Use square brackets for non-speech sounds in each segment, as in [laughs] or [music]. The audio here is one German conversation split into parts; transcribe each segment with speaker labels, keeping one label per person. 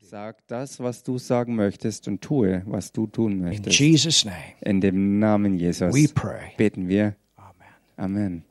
Speaker 1: Sag das, was du sagen möchtest und tue, was du tun
Speaker 2: In
Speaker 1: möchtest.
Speaker 2: Jesus' name,
Speaker 1: In dem Namen Jesus
Speaker 2: we pray.
Speaker 1: beten wir.
Speaker 2: Amen.
Speaker 1: Amen.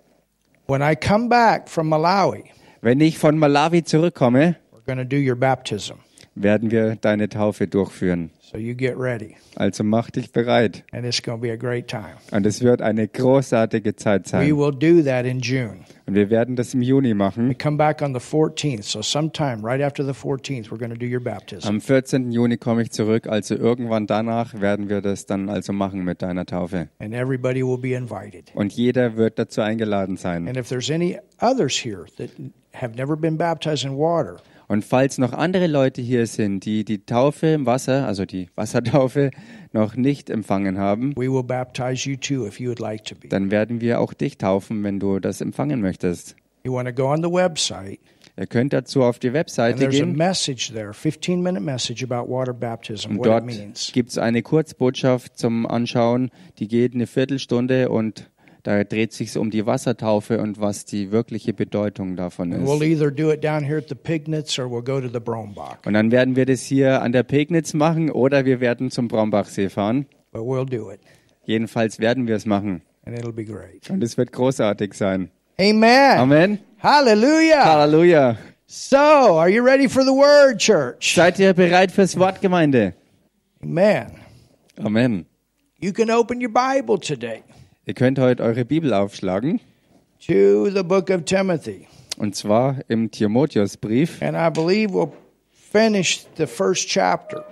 Speaker 2: When I come back from Malawi,
Speaker 1: Wenn ich von Malawi zurückkomme,
Speaker 2: we're going to do your baptism.
Speaker 1: werden wir deine Taufe durchführen.
Speaker 2: So you get ready,
Speaker 1: Also mach dich bereit.
Speaker 2: and it's going to be a great time.
Speaker 1: Und es wird eine großartige Zeit
Speaker 2: We
Speaker 1: sein.
Speaker 2: will do that in June.
Speaker 1: Und wir werden das im Juni
Speaker 2: We
Speaker 1: machen.
Speaker 2: come back on the 14th, so sometime right after the 14th, we're going to do your baptism.
Speaker 1: Am 14. Juni komme ich zurück. Also irgendwann danach werden wir das dann also machen mit deiner Taufe.
Speaker 2: and everybody will be invited.
Speaker 1: Und jeder wird dazu eingeladen sein.
Speaker 2: And if there's any others here that have never been baptized in water,
Speaker 1: Und falls noch andere Leute hier sind, die die Taufe im Wasser, also die Wassertaufe, [laughs] noch nicht empfangen haben,
Speaker 2: we will baptize you too if you would like to be.
Speaker 1: dann werden wir auch dich taufen, wenn du das empfangen möchtest.
Speaker 2: You want to go on the website,
Speaker 1: Ihr könnt dazu auf die
Speaker 2: and
Speaker 1: Webseite
Speaker 2: there's a
Speaker 1: gehen
Speaker 2: message there, 15 minute message about water baptism,
Speaker 1: und
Speaker 2: what it
Speaker 1: dort
Speaker 2: means.
Speaker 1: gibt es eine Kurzbotschaft zum Anschauen, die geht eine Viertelstunde und da dreht sich um die Wassertaufe und was die wirkliche Bedeutung davon
Speaker 2: And we'll
Speaker 1: ist.
Speaker 2: either do it down here at the Pignets or we'll go to the Brombach,
Speaker 1: Und dann werden wir das hier an der Pegnitz machen oder wir werden zum Brombachsee fahren.
Speaker 2: but we'll do it,
Speaker 1: Jedenfalls werden wir es machen.
Speaker 2: and it'll be great.
Speaker 1: Und es wird großartig sein.
Speaker 2: Amen.
Speaker 1: Amen.
Speaker 2: Hallelujah.
Speaker 1: Halleluja.
Speaker 2: So, are you ready for the word, church?
Speaker 1: Seid ihr bereit fürs Wort, Gemeinde?
Speaker 2: Amen.
Speaker 1: Amen.
Speaker 2: You can open your Bible today
Speaker 1: Ihr könnt heute eure Bibel aufschlagen.
Speaker 2: to the book of Timothy.
Speaker 1: Und zwar im Timotheusbrief.
Speaker 2: And I believe we'll finish the first chapter.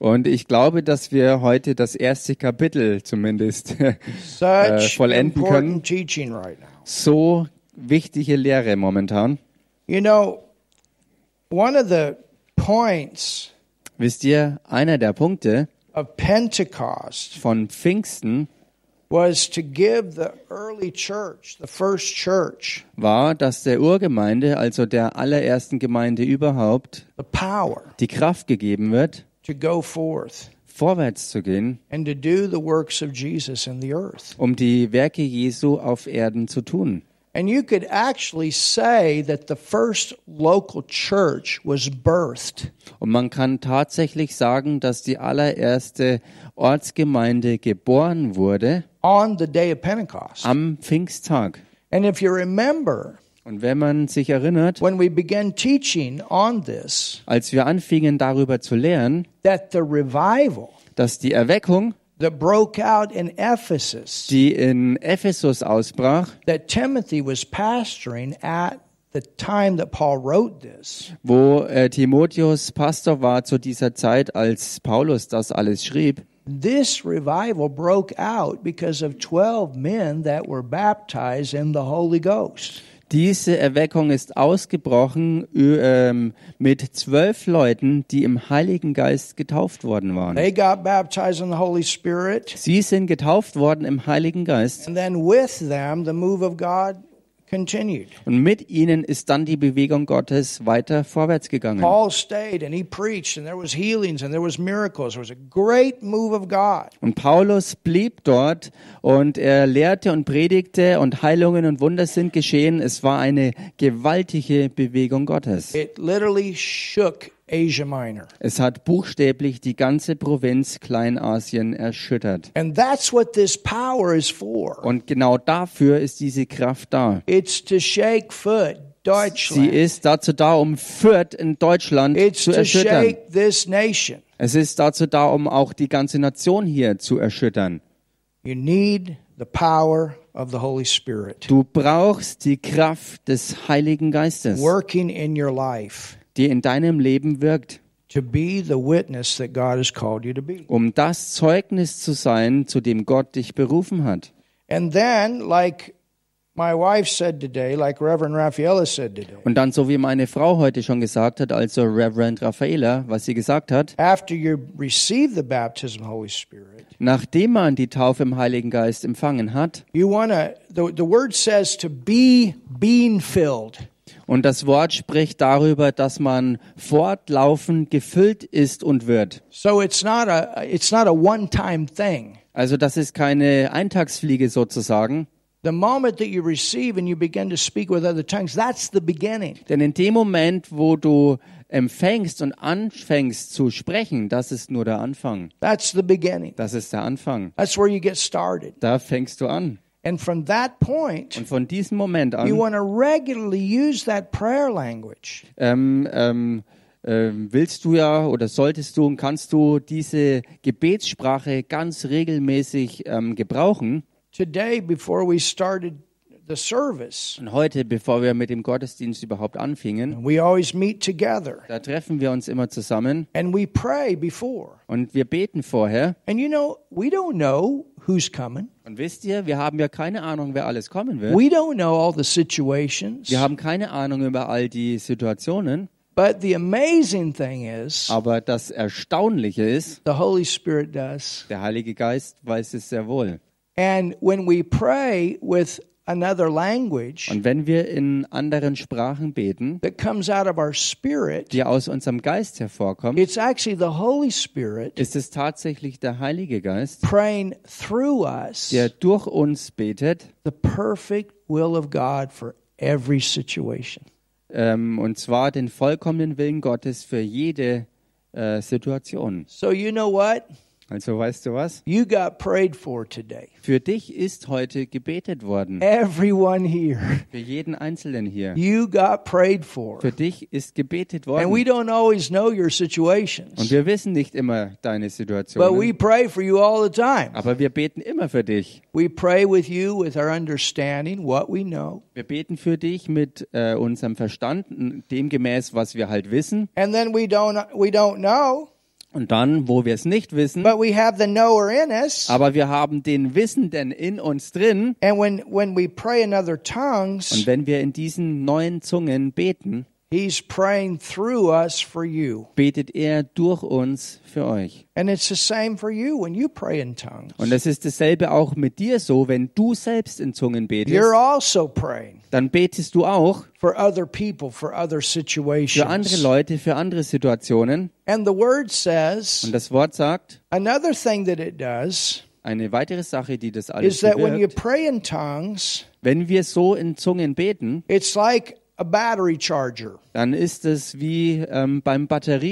Speaker 1: Und ich glaube, dass wir heute das erste Kapitel zumindest [laughs] äh,
Speaker 2: Such
Speaker 1: vollenden können.
Speaker 2: important teaching right now.
Speaker 1: So wichtige Lehre momentan.
Speaker 2: You know, one of the points
Speaker 1: Wisst ihr, einer der Punkte
Speaker 2: of Pentecost
Speaker 1: von Pfingsten
Speaker 2: was to give the early church, the first church,
Speaker 1: war, dass der Urgemeinde, also der allerersten Gemeinde überhaupt,
Speaker 2: the power
Speaker 1: die Kraft gegeben wird,
Speaker 2: to go forth
Speaker 1: vorwärts zu gehen,
Speaker 2: and to do the works of Jesus in the earth.
Speaker 1: um die Werke Jesu auf Erden zu tun.
Speaker 2: And you could actually say that the first local church was birthed
Speaker 1: Und man kann tatsächlich sagen, dass die allererste Ortsgemeinde geboren wurde
Speaker 2: on the day of Pentecost.
Speaker 1: am Pfingsttag.
Speaker 2: And if you remember,
Speaker 1: Und wenn man sich erinnert,
Speaker 2: when we began teaching on this,
Speaker 1: als wir anfingen darüber zu lehren,
Speaker 2: that the revival
Speaker 1: dass die Erweckung,
Speaker 2: that broke out in Ephesus,
Speaker 1: die in Ephesus ausbrach,
Speaker 2: that Timothy was pastoring at the time that Paul wrote this,
Speaker 1: wo äh, Timotheus Pastor war zu dieser Zeit, als Paulus das alles schrieb,
Speaker 2: this revival broke out because of 12 men that were baptized in the Holy Ghost.
Speaker 1: diese Erweckung ist ausgebrochen ö- ähm, mit zwölf Leuten, die im Heiligen Geist getauft worden waren.
Speaker 2: They got baptized in the Holy Spirit,
Speaker 1: Sie sind getauft worden im Heiligen Geist
Speaker 2: and then with them, the move of God continued.
Speaker 1: und mit ihnen ist dann die Bewegung Gottes weiter vorwärts gegangen.
Speaker 2: Paul stayed and he preached, and there was healings and there was miracles. There was a great move of God.
Speaker 1: Und Paulus blieb dort und er lehrte und predigte und Heilungen und Wunder sind geschehen. Es war eine gewaltige Bewegung Gottes.
Speaker 2: It literally shook Asia Minor.
Speaker 1: Es hat buchstäblich die ganze Provinz Kleinasien erschüttert.
Speaker 2: And that's what this power is for.
Speaker 1: Und genau dafür ist diese Kraft da.
Speaker 2: It's to shake foot
Speaker 1: Sie
Speaker 2: Deutschland.
Speaker 1: ist dazu da, um Fürth in Deutschland
Speaker 2: It's
Speaker 1: zu
Speaker 2: to
Speaker 1: erschüttern.
Speaker 2: shake this nation.
Speaker 1: Es ist dazu da, um auch die ganze Nation hier zu erschüttern.
Speaker 2: You need the power of the Holy Spirit
Speaker 1: Du brauchst die Kraft des Heiligen Geistes,
Speaker 2: working in your life
Speaker 1: die in deinem Leben wirkt,
Speaker 2: to be the witness that God has called you to be.
Speaker 1: um das Zeugnis zu sein, zu dem Gott dich berufen hat.
Speaker 2: And then, like my wife said today, like Reverend Raffaella said today,
Speaker 1: Und dann, so wie meine Frau heute schon gesagt hat, also Reverend Raffaela, was sie gesagt hat,
Speaker 2: after you receive the baptism of the Holy Spirit,
Speaker 1: nachdem man die Taufe im Heiligen Geist empfangen hat,
Speaker 2: you want to, the, the word says to be being filled.
Speaker 1: und das Wort spricht darüber, dass man fortlaufend gefüllt ist und wird.
Speaker 2: So it's not a it's not a one-time thing.
Speaker 1: Also das ist keine Eintagsfliege sozusagen.
Speaker 2: The moment that you receive and you begin to speak with other tongues, that's the beginning.
Speaker 1: Denn in dem Moment, wo du empfängst und anfängst zu sprechen, das ist nur der Anfang.
Speaker 2: That's the beginning.
Speaker 1: Das ist der Anfang.
Speaker 2: That's where you get started.
Speaker 1: Da fängst du an.
Speaker 2: And from that point,
Speaker 1: Und von diesem Moment
Speaker 2: you
Speaker 1: an
Speaker 2: want to regularly use that prayer language.
Speaker 1: ähm, ähm, ähm, willst du ja oder solltest du und kannst du diese Gebetssprache ganz regelmäßig ähm, gebrauchen.
Speaker 2: Today, before we started the service,
Speaker 1: Und heute, bevor wir mit dem Gottesdienst überhaupt anfingen,
Speaker 2: we always meet together
Speaker 1: da treffen wir uns immer zusammen
Speaker 2: and we pray before.
Speaker 1: und wir beten vorher.
Speaker 2: And you know, we don't know who's coming.
Speaker 1: Und wisst ihr, wir haben ja keine Ahnung, wer alles kommen wird.
Speaker 2: We don't know all the situations.
Speaker 1: Wir haben keine Ahnung über all die Situationen.
Speaker 2: But the amazing thing is,
Speaker 1: Aber das Erstaunliche ist,
Speaker 2: the Holy Spirit does.
Speaker 1: der Heilige Geist weiß es sehr wohl.
Speaker 2: And when we pray with another language
Speaker 1: Und wenn wir in anderen Sprachen beten,
Speaker 2: that comes out of our spirit,
Speaker 1: die aus unserem Geist hervorkommen,
Speaker 2: it's actually the Holy Spirit
Speaker 1: ist es tatsächlich der Heilige Geist,
Speaker 2: praying through us
Speaker 1: der durch uns betet,
Speaker 2: the perfect will of God for every situation.
Speaker 1: ähm, und zwar den vollkommenen Willen Gottes für jede äh, Situation.
Speaker 2: So, you know what?
Speaker 1: Also weißt du was?
Speaker 2: You got prayed for today.
Speaker 1: Für dich ist heute gebetet worden,
Speaker 2: Everyone here,
Speaker 1: für jeden Einzelnen hier.
Speaker 2: you got prayed for.
Speaker 1: Für dich ist gebetet
Speaker 2: And we
Speaker 1: worden.
Speaker 2: don't always know your
Speaker 1: Und
Speaker 2: situations,
Speaker 1: wir wissen nicht immer deine
Speaker 2: but we
Speaker 1: Situation,
Speaker 2: pray for you all the time.
Speaker 1: aber wir beten immer für dich.
Speaker 2: We pray with you with our understanding, what we know.
Speaker 1: Wir beten für dich mit äh, unserem Verstand, n- demgemäß, was wir halt wissen.
Speaker 2: And then we don't we don't know,
Speaker 1: Und dann, wo wir es nicht wissen,
Speaker 2: but we have the knower in us.
Speaker 1: aber wir haben den Wissenden in uns drin.
Speaker 2: And when when we pray in other
Speaker 1: Und
Speaker 2: tongues,
Speaker 1: wenn wir in diesen neuen Zungen beten,
Speaker 2: he's praying through us for you.
Speaker 1: betet er durch uns für euch.
Speaker 2: And it's the same for you when you pray in tongues.
Speaker 1: Und es ist dasselbe auch mit dir so, wenn du selbst in Zungen
Speaker 2: You're
Speaker 1: betest,
Speaker 2: also praying
Speaker 1: dann betest du auch
Speaker 2: for other people, for other
Speaker 1: für andere
Speaker 2: situations.
Speaker 1: Leute, für andere Situationen.
Speaker 2: And the word
Speaker 1: Und
Speaker 2: says
Speaker 1: das Wort sagt,
Speaker 2: another thing that it does
Speaker 1: eine weitere Sache, die das alles
Speaker 2: is that when you
Speaker 1: bewirkt,
Speaker 2: pray in tongues,
Speaker 1: wenn wir so in Zungen beten,
Speaker 2: it's like a battery charger.
Speaker 1: dann ist es wie ähm, beim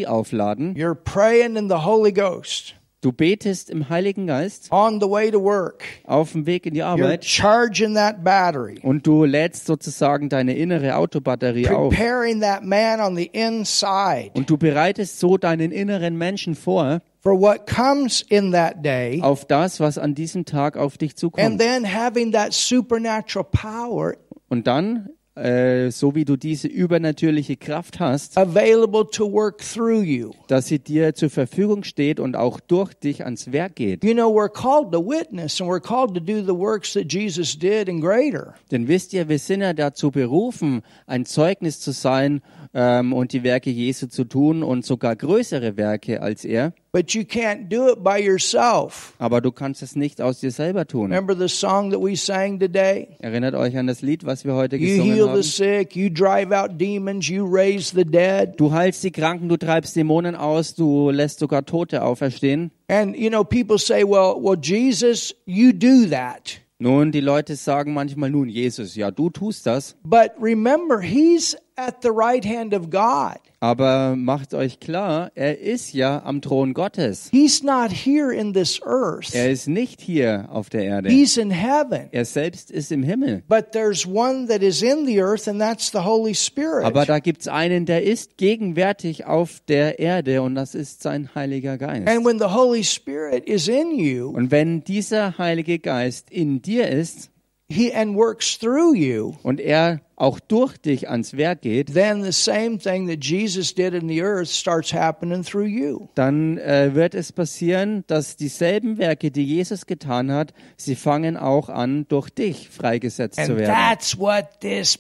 Speaker 1: Batterieaufladen.
Speaker 2: You're praying in the Holy Ghost
Speaker 1: Du betest im Heiligen Geist
Speaker 2: on the way to work.
Speaker 1: auf dem Weg in die
Speaker 2: You're
Speaker 1: Arbeit
Speaker 2: charging that battery,
Speaker 1: und du lädst sozusagen deine innere Autobatterie
Speaker 2: Oh.
Speaker 1: auf.
Speaker 2: preparing that man on the inside
Speaker 1: Und du bereitest so deinen inneren Menschen vor
Speaker 2: for what comes in that day,
Speaker 1: auf das, was an diesem Tag auf dich
Speaker 2: and
Speaker 1: zukommt.
Speaker 2: then having that supernatural power
Speaker 1: Und dann, äh, so wie du diese übernatürliche Kraft hast,
Speaker 2: available to work through you.
Speaker 1: dass sie dir zur Verfügung steht und auch durch dich ans Werk geht.
Speaker 2: You know, we're called to witness and we're called to do the works that Jesus did and greater.
Speaker 1: Denn wisst ihr, wir sind ja dazu berufen, ein Zeugnis zu sein ähm, und die Werke Jesu zu tun und sogar größere Werke als er.
Speaker 2: But you can't do it by yourself.
Speaker 1: Aber du kannst es nicht aus dir selber tun.
Speaker 2: Remember the song that we sang today?
Speaker 1: Erinnert euch an das Lied, was wir heute
Speaker 2: You
Speaker 1: gesungen
Speaker 2: heal the
Speaker 1: haben.
Speaker 2: sick, you drive out demons, you raise the dead.
Speaker 1: Du heilst die Kranken, du treibst Dämonen aus, du lässt sogar Tote auferstehen.
Speaker 2: And you know, people say, "Well, well, Jesus, you do that."
Speaker 1: Nun, die Leute sagen manchmal, nun, Jesus, ja, du tust das,
Speaker 2: But remember, he's at the right hand of God.
Speaker 1: aber macht euch klar, er ist ja am Thron Gottes.
Speaker 2: He's not here in this earth.
Speaker 1: Er ist nicht hier auf der Erde.
Speaker 2: He's in heaven.
Speaker 1: Er selbst ist im Himmel.
Speaker 2: But there's one that is in the earth and that's the Holy
Speaker 1: Aber
Speaker 2: Spirit.
Speaker 1: da gibt's einen, der ist gegenwärtig auf der Erde und das ist sein Heiliger Geist.
Speaker 2: And when the Holy Spirit is in you,
Speaker 1: Und wenn dieser Heilige Geist in dir ist
Speaker 2: he and works through you,
Speaker 1: und er auch durch dich ans Werk geht,
Speaker 2: then the same thing that Jesus did in the earth starts happening through you.
Speaker 1: dann äh, wird es passieren, dass dieselben Werke, die Jesus getan hat, sie fangen auch an, durch dich freigesetzt zu
Speaker 2: And
Speaker 1: werden.
Speaker 2: that's what this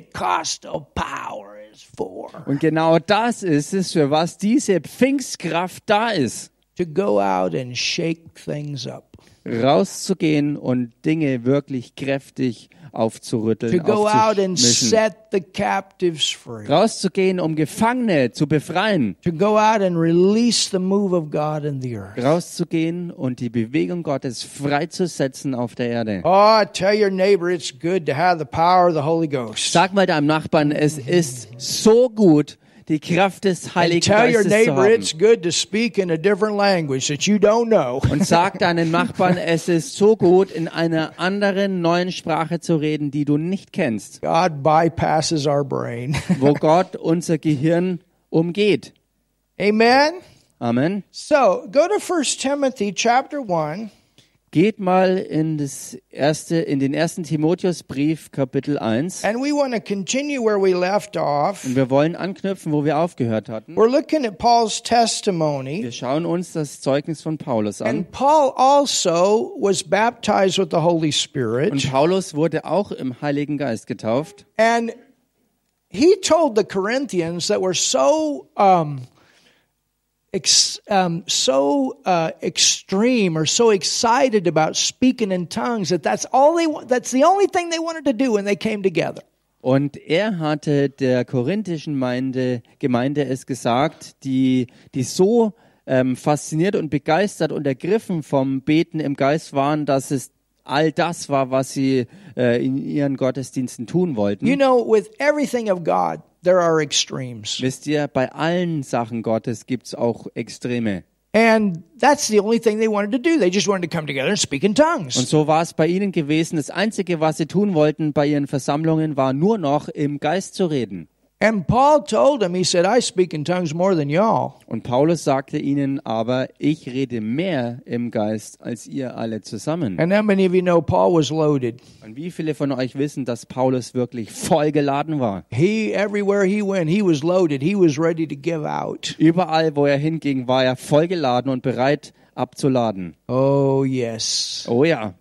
Speaker 2: Pentecostal power is for.
Speaker 1: Und genau das ist es, für was diese Pfingstkraft da ist,
Speaker 2: To go out and shake things up.
Speaker 1: rauszugehen und Dinge wirklich kräftig
Speaker 2: To
Speaker 1: aufzurütteln,
Speaker 2: go out and
Speaker 1: aufzumischen.
Speaker 2: set the captives free.
Speaker 1: rauszugehen, um Gefangene zu befreien,
Speaker 2: To go out and release the move of God in the earth.
Speaker 1: rauszugehen und die Bewegung Gottes freizusetzen auf der Erde.
Speaker 2: Oh, tell your neighbor it's good to have the power of the Holy Ghost.
Speaker 1: Sag mal deinem Nachbarn, es ist so gut, die Kraft des
Speaker 2: And
Speaker 1: Heiligen
Speaker 2: tell
Speaker 1: Geistes
Speaker 2: your
Speaker 1: zu
Speaker 2: neighbor
Speaker 1: haben.
Speaker 2: it's [laughs] good to speak in a different language that you don't know.
Speaker 1: Und sag deinen Nachbarn, es ist so gut, in einer anderen neuen Sprache zu reden, die du nicht kennst,
Speaker 2: God bypasses our brain. [laughs]
Speaker 1: wo Gott unser Gehirn umgeht.
Speaker 2: Amen.
Speaker 1: Amen.
Speaker 2: So go to First Timothy chapter 1
Speaker 1: Geht mal in, das erste, in den ersten Timotheusbrief, Kapitel 1.
Speaker 2: and we want to continue where we left off.
Speaker 1: Und wir wollen anknüpfen, wo wir aufgehört hatten.
Speaker 2: We're looking at Paul's testimony.
Speaker 1: Wir schauen uns das Zeugnis von Paulus an.
Speaker 2: And Paul also was baptized with the Holy
Speaker 1: Und
Speaker 2: Spirit.
Speaker 1: Paulus wurde auch im Heiligen Geist getauft.
Speaker 2: And he told the Corinthians that were so um, ex, um, so uh, extreme or so excited about speaking in tongues that that's all they wa- that's the only thing they wanted to do when they came together.
Speaker 1: Und er hatte der korinthischen Gemeinde, Gemeinde es gesagt, die, die so ähm, fasziniert und begeistert und ergriffen vom Beten im Geist waren, dass es all das war, was sie äh, in ihren Gottesdiensten tun wollten.
Speaker 2: You know, with everything of God, there are extremes,
Speaker 1: Wisst ihr, bei allen Sachen Gottes gibt es auch Extreme.
Speaker 2: and that's the only thing they wanted to do. They just wanted to come together and speak in
Speaker 1: Und
Speaker 2: tongues.
Speaker 1: so war es bei ihnen gewesen. Das Einzige, was sie tun wollten bei ihren Versammlungen, war nur noch im Geist zu reden.
Speaker 2: And Paul told them, he said, "I speak in tongues more than y'all."
Speaker 1: Und Paulus sagte ihnen aber, ich rede mehr im Geist als ihr alle zusammen.
Speaker 2: And how many of you know Paul was loaded?
Speaker 1: Und wie viele von euch wissen, dass Paulus wirklich voll geladen war?
Speaker 2: He everywhere he went, he was loaded. He was ready to give out.
Speaker 1: Überall, wo er hinging, war er voll geladen und bereit abzuladen.
Speaker 2: Oh yes,
Speaker 1: Oh ja,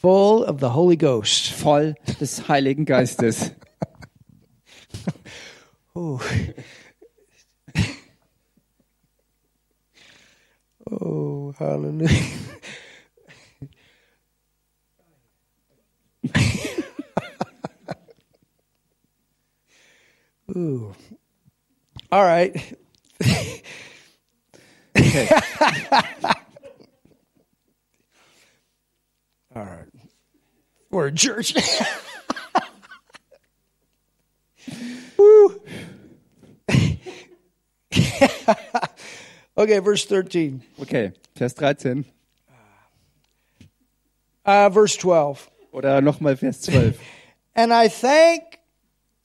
Speaker 2: full of the Holy Ghost.
Speaker 1: voll des Heiligen Geistes.
Speaker 2: Ooh. oh, hallelujah. [laughs] Ooh. All right. All right. We're a church. [laughs] Woo. [laughs] okay, verse 13.
Speaker 1: Okay, Vers 13.
Speaker 2: Uh, verse 12.
Speaker 1: Oder nochmal Vers 12.
Speaker 2: And I thank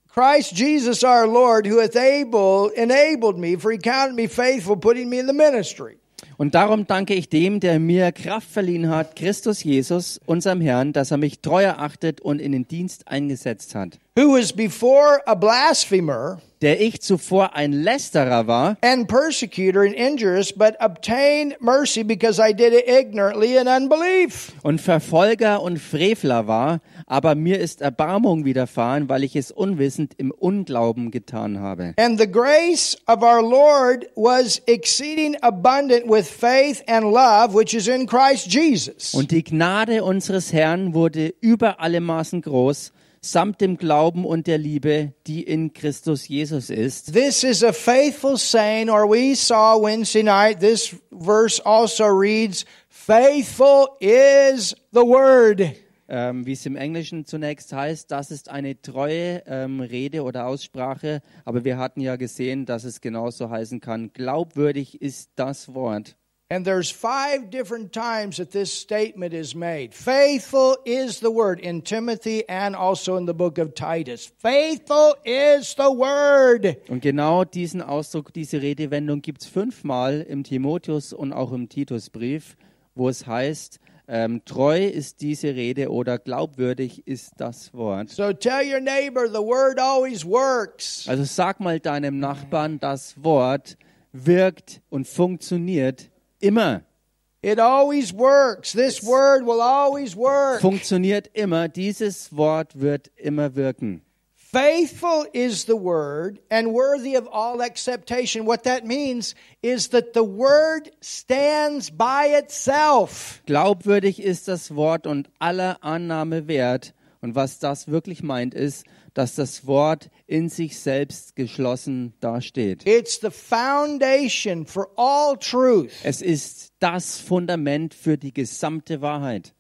Speaker 2: Christ Jesus our Lord, who hath able, enabled me, for he counted me faithful, putting me in the ministry.
Speaker 1: Und darum danke ich dem, der mir Kraft verliehen hat, Christus Jesus, unserem Herrn, dass er mich treu erachtet und in den Dienst eingesetzt hat.
Speaker 2: Who was before a blasphemer
Speaker 1: Der ich zuvor ein Lästerer war,
Speaker 2: and persecutor and injurious, but obtained mercy because I did it ignorantly and unbelief.
Speaker 1: und Verfolger und Frevler war, aber mir ist Erbarmung widerfahren, weil ich es unwissend im Unglauben getan habe.
Speaker 2: And the grace of our Lord was exceeding abundant with faith and love, which is in Christ Jesus.
Speaker 1: Und die Gnade unseres Herrn wurde über alle Maßen groß, samt dem Glauben und der Liebe, die in Christus Jesus ist.
Speaker 2: This is a faithful saying, or we saw Wednesday night. This verse also reads, Faithful is the word.
Speaker 1: Ähm, wie es im Englischen zunächst heißt, das ist eine treue ähm, Rede oder Aussprache, aber wir hatten ja gesehen, dass es genauso heißen kann. Glaubwürdig ist das Wort.
Speaker 2: And there's five different times that this statement is made. Faithful is the word in Timothy and also in the book of Titus. Faithful is the word.
Speaker 1: Und genau diesen Ausdruck, diese Redewendung gibt es fünfmal im Timotheus und auch im Titusbrief, wo es heißt, ähm, treu ist diese Rede oder glaubwürdig ist das Wort.
Speaker 2: So tell your neighbor the word always works.
Speaker 1: Also sag mal deinem Nachbarn, das Wort wirkt und funktioniert immer.
Speaker 2: It always works. This word will always
Speaker 1: [laughs]
Speaker 2: work.
Speaker 1: funktioniert immer. Dieses Wort wird immer wirken.
Speaker 2: Faithful is the word and worthy of all acceptation. What that means is that the word stands by itself.
Speaker 1: Glaubwürdig ist das Wort und aller Annahme wert. Und was das wirklich meint, ist, dass das Wort in sich selbst geschlossen dasteht.
Speaker 2: It's the foundation for all truth.
Speaker 1: Es ist das Fundament für die gesamte Wahrheit.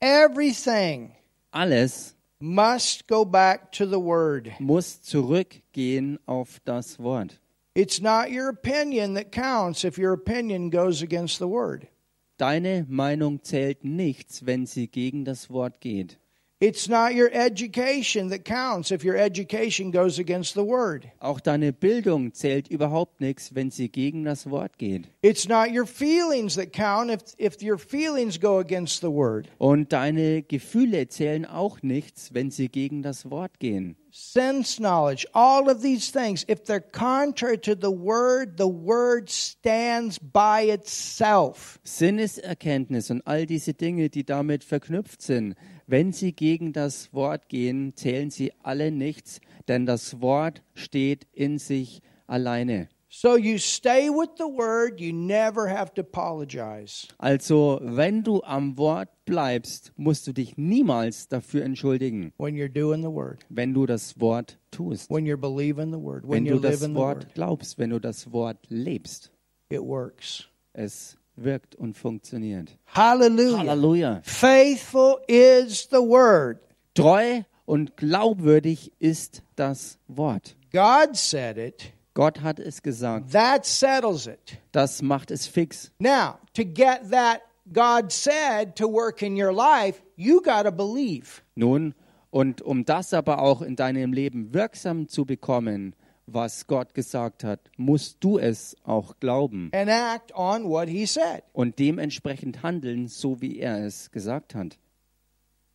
Speaker 2: Everything
Speaker 1: Alles
Speaker 2: must go back to the Word.
Speaker 1: muss zurückgehen auf das Wort.
Speaker 2: It's not your opinion that counts if your opinion goes against the Word.
Speaker 1: Deine Meinung zählt nichts, wenn sie gegen das Wort geht.
Speaker 2: It's not your education that counts if your education goes against the Word.
Speaker 1: Auch deine Bildung zählt überhaupt nichts, wenn sie gegen das Wort geht.
Speaker 2: It's not your feelings that count if, if your feelings go against the Word.
Speaker 1: Und deine Gefühle zählen auch nichts, wenn sie gegen das Wort gehen.
Speaker 2: Sense knowledge, all of these things, if they're contrary to the Word, the Word stands by itself.
Speaker 1: Sinneserkenntnis und all diese Dinge, die damit verknüpft sind, wenn sie gegen das Wort gehen, zählen sie alle nichts, denn das Wort steht in sich alleine.
Speaker 2: So you stay with the Word, you never have to apologize.
Speaker 1: Also, wenn du am Wort bleibst, musst du dich niemals dafür entschuldigen,
Speaker 2: when you're doing the word,
Speaker 1: wenn du das Wort tust,
Speaker 2: when you're believing the word, when
Speaker 1: wenn
Speaker 2: you're
Speaker 1: du das
Speaker 2: living the word,
Speaker 1: Wort glaubst, wenn du das Wort lebst.
Speaker 2: it works.
Speaker 1: Es wirkt und funktioniert.
Speaker 2: Hallelujah.
Speaker 1: Halleluja.
Speaker 2: Faithful is the word.
Speaker 1: Treu und glaubwürdig ist das Wort.
Speaker 2: God said it.
Speaker 1: Gott hat es gesagt.
Speaker 2: That settles it.
Speaker 1: Das macht es fix.
Speaker 2: Now, to get that God said to work in your life, you got to believe.
Speaker 1: Nun, und um das aber auch in deinem Leben wirksam zu bekommen, was Gott gesagt hat, musst du es auch glauben.
Speaker 2: And act on what he said.
Speaker 1: und dementsprechend handeln, so wie er es gesagt hat.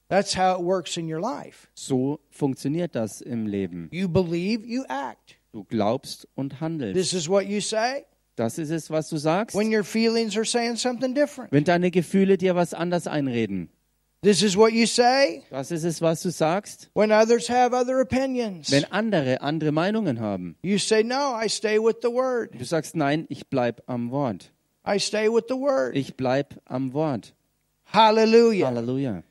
Speaker 2: That's how it works in your life.
Speaker 1: So funktioniert das im Leben.
Speaker 2: You believe, you act.
Speaker 1: Du glaubst und handelst.
Speaker 2: This is what you say
Speaker 1: Das ist es, was du sagst,
Speaker 2: when your feelings are saying something different.
Speaker 1: wenn deine Gefühle dir was anders einreden.
Speaker 2: This is what you say
Speaker 1: Das ist es, was du sagst,
Speaker 2: when others have other opinions.
Speaker 1: wenn andere andere Meinungen haben.
Speaker 2: You say, No, I stay with the word.
Speaker 1: Du sagst, nein, ich bleib am Wort.
Speaker 2: I stay with the word.
Speaker 1: Ich bleib am Wort.
Speaker 2: Hallelujah.
Speaker 1: Halleluja.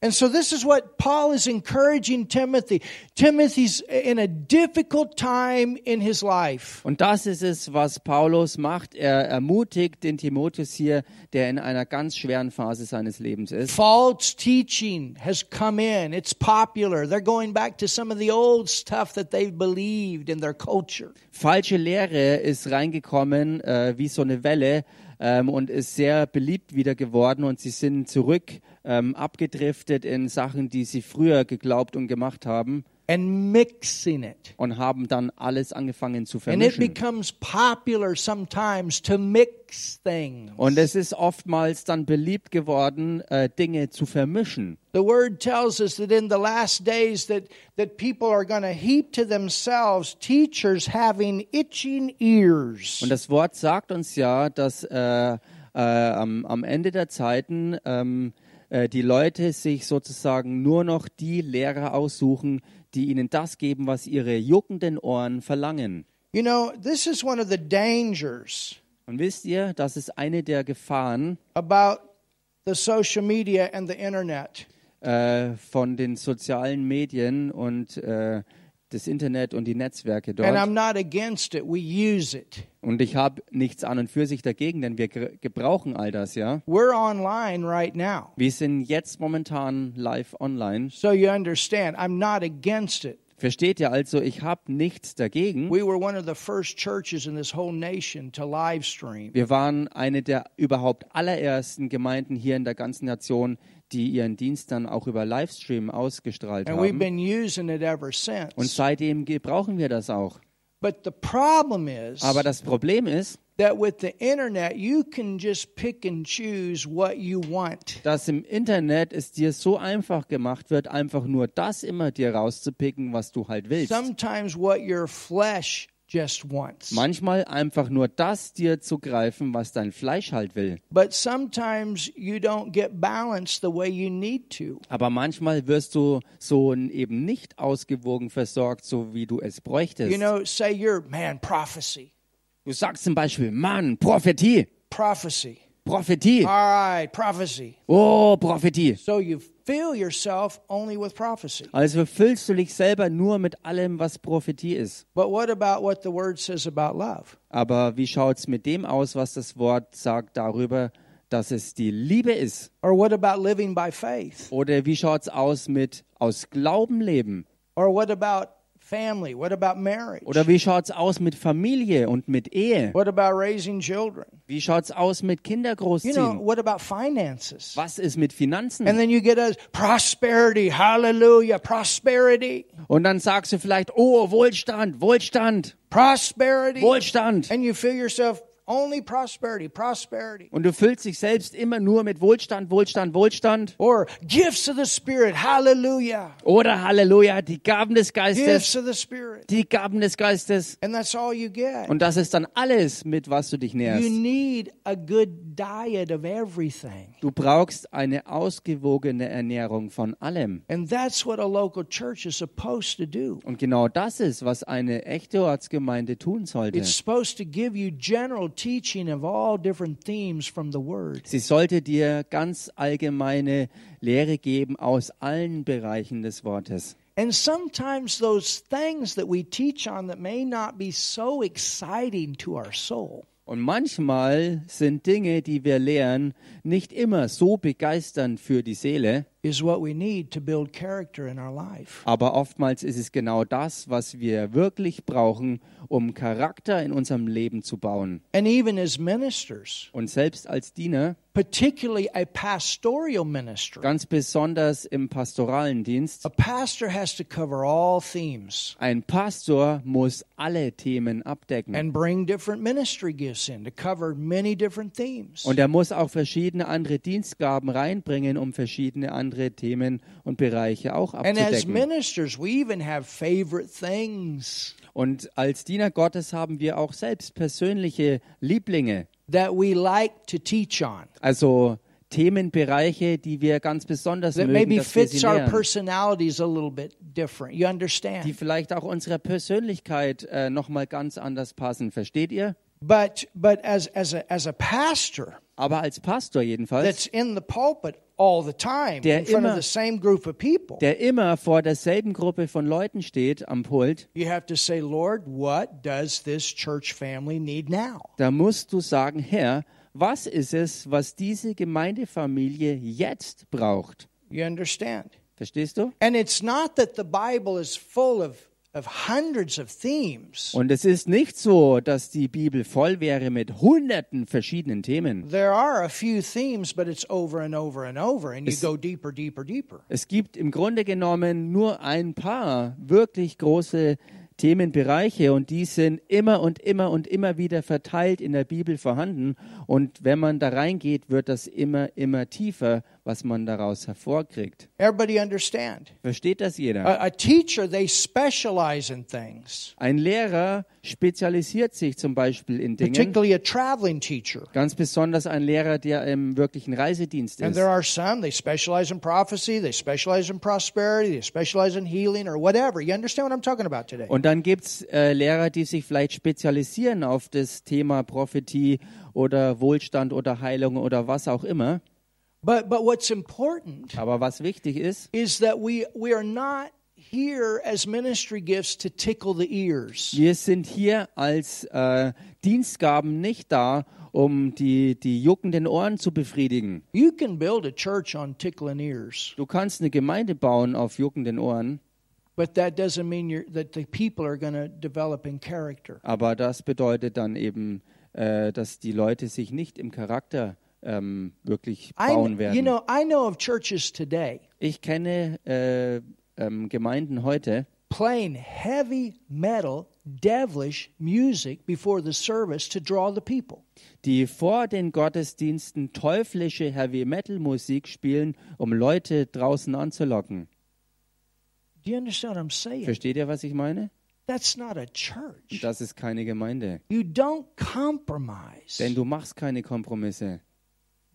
Speaker 2: And so, this is what Paul is encouraging Timothy. Timothy's in a difficult time in his life.
Speaker 1: Und das ist es, was Paulus macht. Er ermutigt den Timotheus hier, der in einer ganz schweren Phase seines Lebens ist.
Speaker 2: False teaching has come in, it's popular. They're going back to some of the old stuff that they believed in their culture.
Speaker 1: falsche Lehre ist reingekommen äh, wie so eine Welle ähm, und ist sehr beliebt wieder geworden und sie sind zurück ähm, abgedriftet in Sachen, die sie früher geglaubt und gemacht haben
Speaker 2: And mixing it.
Speaker 1: und haben dann alles angefangen zu
Speaker 2: And it
Speaker 1: vermischen.
Speaker 2: becomes popular sometimes to mix things.
Speaker 1: Und es ist oftmals dann beliebt geworden, äh, Dinge zu vermischen.
Speaker 2: The word tells us that in the last days that, that people are going to heap to themselves teachers having itching ears.
Speaker 1: Und das Wort sagt uns ja, dass äh, äh, am, am Ende der Zeiten ähm, äh, die Leute sich sozusagen nur noch die Lehrer aussuchen, die ihnen das geben, was ihre juckenden Ohren verlangen.
Speaker 2: You know, this is one of the dangers
Speaker 1: Und wisst ihr, das ist eine der Gefahren
Speaker 2: about the social media and the internet.
Speaker 1: äh, von den sozialen Medien und äh, das Internet und die Netzwerke
Speaker 2: And
Speaker 1: dort.
Speaker 2: I'm not against it. We use it.
Speaker 1: Und ich habe nichts an und für sich dagegen, denn wir ge- gebrauchen all das, ja.
Speaker 2: We're online right now.
Speaker 1: Wir sind jetzt momentan live online.
Speaker 2: So you understand, I'm not against it.
Speaker 1: Versteht ihr also, ich habe nichts dagegen.
Speaker 2: We were one of the first churches in this whole nation to live stream.
Speaker 1: Wir waren eine der überhaupt allerersten Gemeinden hier in der ganzen Nation, die ihren Dienst dann auch über Livestream ausgestrahlt
Speaker 2: And we've
Speaker 1: haben.
Speaker 2: been using it ever
Speaker 1: Und
Speaker 2: since.
Speaker 1: seitdem gebrauchen wir das auch.
Speaker 2: But the problem is
Speaker 1: Aber das Problem ist,
Speaker 2: that with the internet you can just pick and choose what you want.
Speaker 1: dass im Internet es dir so einfach gemacht wird, einfach nur das immer dir rauszupicken, was du halt willst.
Speaker 2: Sometimes what your flesh just wants.
Speaker 1: Manchmal einfach nur das dir zu greifen, was dein Fleisch halt will.
Speaker 2: But sometimes you don't get balanced the way you need to.
Speaker 1: Aber manchmal wirst du so eben nicht ausgewogen versorgt, so wie du es bräuchtest.
Speaker 2: You know, say you're man prophecy.
Speaker 1: Du sagst zum Beispiel, Mann, Prophetie,
Speaker 2: Prophecy.
Speaker 1: Prophetie,
Speaker 2: All right, prophecy.
Speaker 1: oh, Prophetie.
Speaker 2: So you fill yourself only with prophecy.
Speaker 1: Also füllst du dich selber nur mit allem, was Prophetie ist.
Speaker 2: But what about what the word says about love?
Speaker 1: Aber wie schaut's mit dem aus, was das Wort sagt darüber, dass es die Liebe ist?
Speaker 2: Or what about living by faith?
Speaker 1: Oder wie schaut's aus mit aus Glauben leben?
Speaker 2: Or what about family? What about marriage?
Speaker 1: Oder wie schaut's aus mit Familie und mit Ehe?
Speaker 2: What about raising children?
Speaker 1: Wie schaut's aus mit
Speaker 2: You know,
Speaker 1: Kindergroßziehen?
Speaker 2: what about finances?
Speaker 1: Was ist mit
Speaker 2: And
Speaker 1: Finanzen?
Speaker 2: then you get us prosperity, hallelujah, prosperity,
Speaker 1: Und dann sagst du vielleicht, oh, Wohlstand, Wohlstand,
Speaker 2: prosperity.
Speaker 1: Wohlstand.
Speaker 2: And you feel yourself only prosperity, prosperity.
Speaker 1: Und du füllst dich selbst immer nur mit Wohlstand, Wohlstand, Wohlstand.
Speaker 2: Or gifts of the Spirit, hallelujah,
Speaker 1: Oder Halleluja, die Gaben des Geistes,
Speaker 2: gifts of the Spirit.
Speaker 1: die Gaben des Geistes.
Speaker 2: And that's all you get.
Speaker 1: Und das ist dann alles, mit was du dich
Speaker 2: You
Speaker 1: näherst.
Speaker 2: need a good diet of everything.
Speaker 1: Du brauchst eine ausgewogene Ernährung von allem.
Speaker 2: And that's what a local church is supposed to do.
Speaker 1: Und genau das ist, was eine echte Ortsgemeinde tun sollte.
Speaker 2: It's supposed to give you general teaching of all different themes from the Word.
Speaker 1: Sie sollte dir ganz allgemeine Lehre geben aus allen Bereichen des Wortes.
Speaker 2: And sometimes those things that we teach on that may not be so exciting to our soul.
Speaker 1: Und manchmal sind Dinge, die wir lehren, nicht immer so begeisternd für die Seele,
Speaker 2: is what we need to build character in our life.
Speaker 1: aber oftmals ist es genau das, was wir wirklich brauchen, um Charakter in unserem Leben zu bauen.
Speaker 2: And even as ministers,
Speaker 1: Und selbst als Diener,
Speaker 2: particularly a pastoral minister,
Speaker 1: ganz besonders im pastoralen Dienst,
Speaker 2: a pastor has to cover all themes
Speaker 1: ein Pastor muss alle Themen abdecken.
Speaker 2: and bring different ministry gifts in to cover many different themes.
Speaker 1: Und er muss auch verschiedene andere Dienstgaben reinbringen, um verschiedene andere Themen und Bereiche auch
Speaker 2: And as
Speaker 1: abzudecken.
Speaker 2: ministers, we even have favorite things
Speaker 1: Und als Diener Gottes haben wir auch selbst persönliche Lieblinge,
Speaker 2: that we like to teach on
Speaker 1: also Themenbereiche, die wir ganz besonders
Speaker 2: that
Speaker 1: mögen,
Speaker 2: maybe
Speaker 1: dass wir
Speaker 2: fits
Speaker 1: sie
Speaker 2: our
Speaker 1: lernen,
Speaker 2: personalities a little bit different. You
Speaker 1: die
Speaker 2: understand?
Speaker 1: vielleicht auch unserer Persönlichkeit äh, nochmal ganz anders passen. Versteht ihr?
Speaker 2: But but as as a as a pastor,
Speaker 1: Aber als Pastor jedenfalls,
Speaker 2: that's in the pulpit all the time
Speaker 1: Der
Speaker 2: in front of
Speaker 1: immer-
Speaker 2: the same group of people.
Speaker 1: der immer vor derselben Gruppe von Leuten steht am Pult,
Speaker 2: You have to say, Lord, what does this church family need now?
Speaker 1: da musst du sagen, Herr, was ist es, was diese Gemeindefamilie jetzt braucht?
Speaker 2: You understand?
Speaker 1: Verstehst du?
Speaker 2: And it's not that the Bible is full of, of hundreds of themes.
Speaker 1: Und es ist nicht so, dass die Bibel voll wäre mit hunderten verschiedenen Themen.
Speaker 2: There are a few themes, but it's over and over and over, and you go deeper, deeper, deeper.
Speaker 1: Es gibt im Grunde genommen nur ein paar wirklich große Themenbereiche und die sind immer und immer und immer wieder verteilt in der Bibel vorhanden. Und wenn man da reingeht, wird das immer, immer tiefer, was man daraus hervorkriegt.
Speaker 2: Everybody understand?
Speaker 1: Versteht das jeder?
Speaker 2: A, a teacher, they specialize in things,
Speaker 1: Ein Lehrer spezialisiert sich zum Beispiel in Dingen,
Speaker 2: particularly a traveling teacher.
Speaker 1: ganz besonders ein Lehrer, der im wirklichen Reisedienst
Speaker 2: And
Speaker 1: ist.
Speaker 2: there are some, they specialize in prophecy, they specialize in prosperity, they specialize in healing or whatever. You understand what I'm talking about today?
Speaker 1: Und dann gibt es äh, Lehrer, die sich vielleicht spezialisieren auf das Thema Prophetie oder Wohlstand oder Heilung oder was auch immer.
Speaker 2: But but what's important
Speaker 1: Aber was wichtig ist,
Speaker 2: is that we we are not here as ministry gifts to tickle the ears.
Speaker 1: wir sind hier als äh, Dienstgaben nicht da, um die, die juckenden Ohren zu befriedigen.
Speaker 2: You can build a church on tickling ears,
Speaker 1: Du kannst eine Gemeinde bauen auf juckenden Ohren,
Speaker 2: but that doesn't mean you're, that the people are going to develop in character.
Speaker 1: aber das bedeutet dann eben, äh, dass die Leute sich nicht im Charakter ähm, wirklich
Speaker 2: I
Speaker 1: bauen werden.
Speaker 2: you know I know of churches today
Speaker 1: ich kenne äh, ähm, Gemeinden heute,
Speaker 2: playing heavy metal devilish music before the service to draw the people.
Speaker 1: die vor den Gottesdiensten teuflische Heavy-Metal-Musik spielen, um Leute draußen anzulocken.
Speaker 2: Do you understand what I'm saying?
Speaker 1: Versteht ihr, was ich meine?
Speaker 2: That's not a church.
Speaker 1: Das ist keine Gemeinde.
Speaker 2: You don't compromise.
Speaker 1: Denn du machst keine Kompromisse.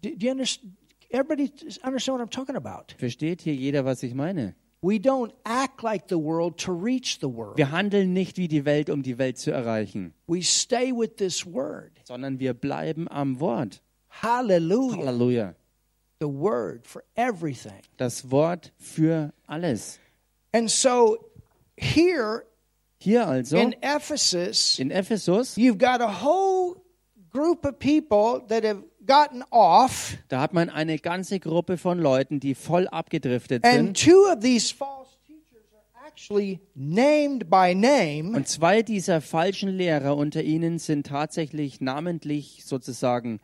Speaker 2: Do, do you understand? Everybody s- understand what I'm talking about.
Speaker 1: Versteht hier jeder, was ich meine?
Speaker 2: We don't act like the world to reach the world.
Speaker 1: Wir handeln nicht wie die Welt, um die Welt zu erreichen,
Speaker 2: We stay with this word.
Speaker 1: sondern wir bleiben am Wort.
Speaker 2: Hallelujah.
Speaker 1: Halleluja.
Speaker 2: The word for everything.
Speaker 1: Das Wort für alles.
Speaker 2: And so here
Speaker 1: Hier also
Speaker 2: in Ephesus,
Speaker 1: in Ephesus
Speaker 2: you've got a whole group of people that have gotten off,
Speaker 1: Da hat man eine ganze Gruppe von Leuten, die voll abgedriftet
Speaker 2: and
Speaker 1: sind.
Speaker 2: two of these false teachers are actually named by name,
Speaker 1: Und zwei dieser falschen Lehrer unter ihnen sind tatsächlich namentlich sozusagen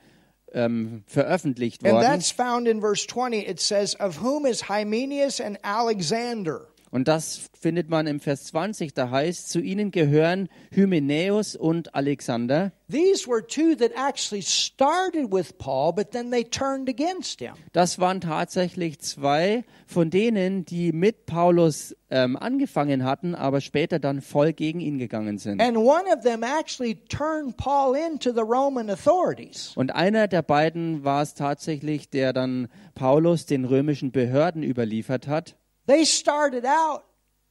Speaker 1: ähm, veröffentlicht
Speaker 2: and
Speaker 1: worden.
Speaker 2: that's found in verse 20. It says, Of whom is Hymenius and Alexander?
Speaker 1: Und das findet man im Vers 20. Da heißt, zu ihnen gehören Hymenäus und Alexander.
Speaker 2: These were two that actually started with Paul, but then they turned against him.
Speaker 1: Das waren tatsächlich zwei von denen, die mit Paulus ähm, angefangen hatten, aber später dann voll gegen ihn gegangen sind.
Speaker 2: And one of them actually turned Paul into the Roman authorities.
Speaker 1: Und einer der beiden war es tatsächlich, der dann Paulus den römischen Behörden überliefert hat.
Speaker 2: They started out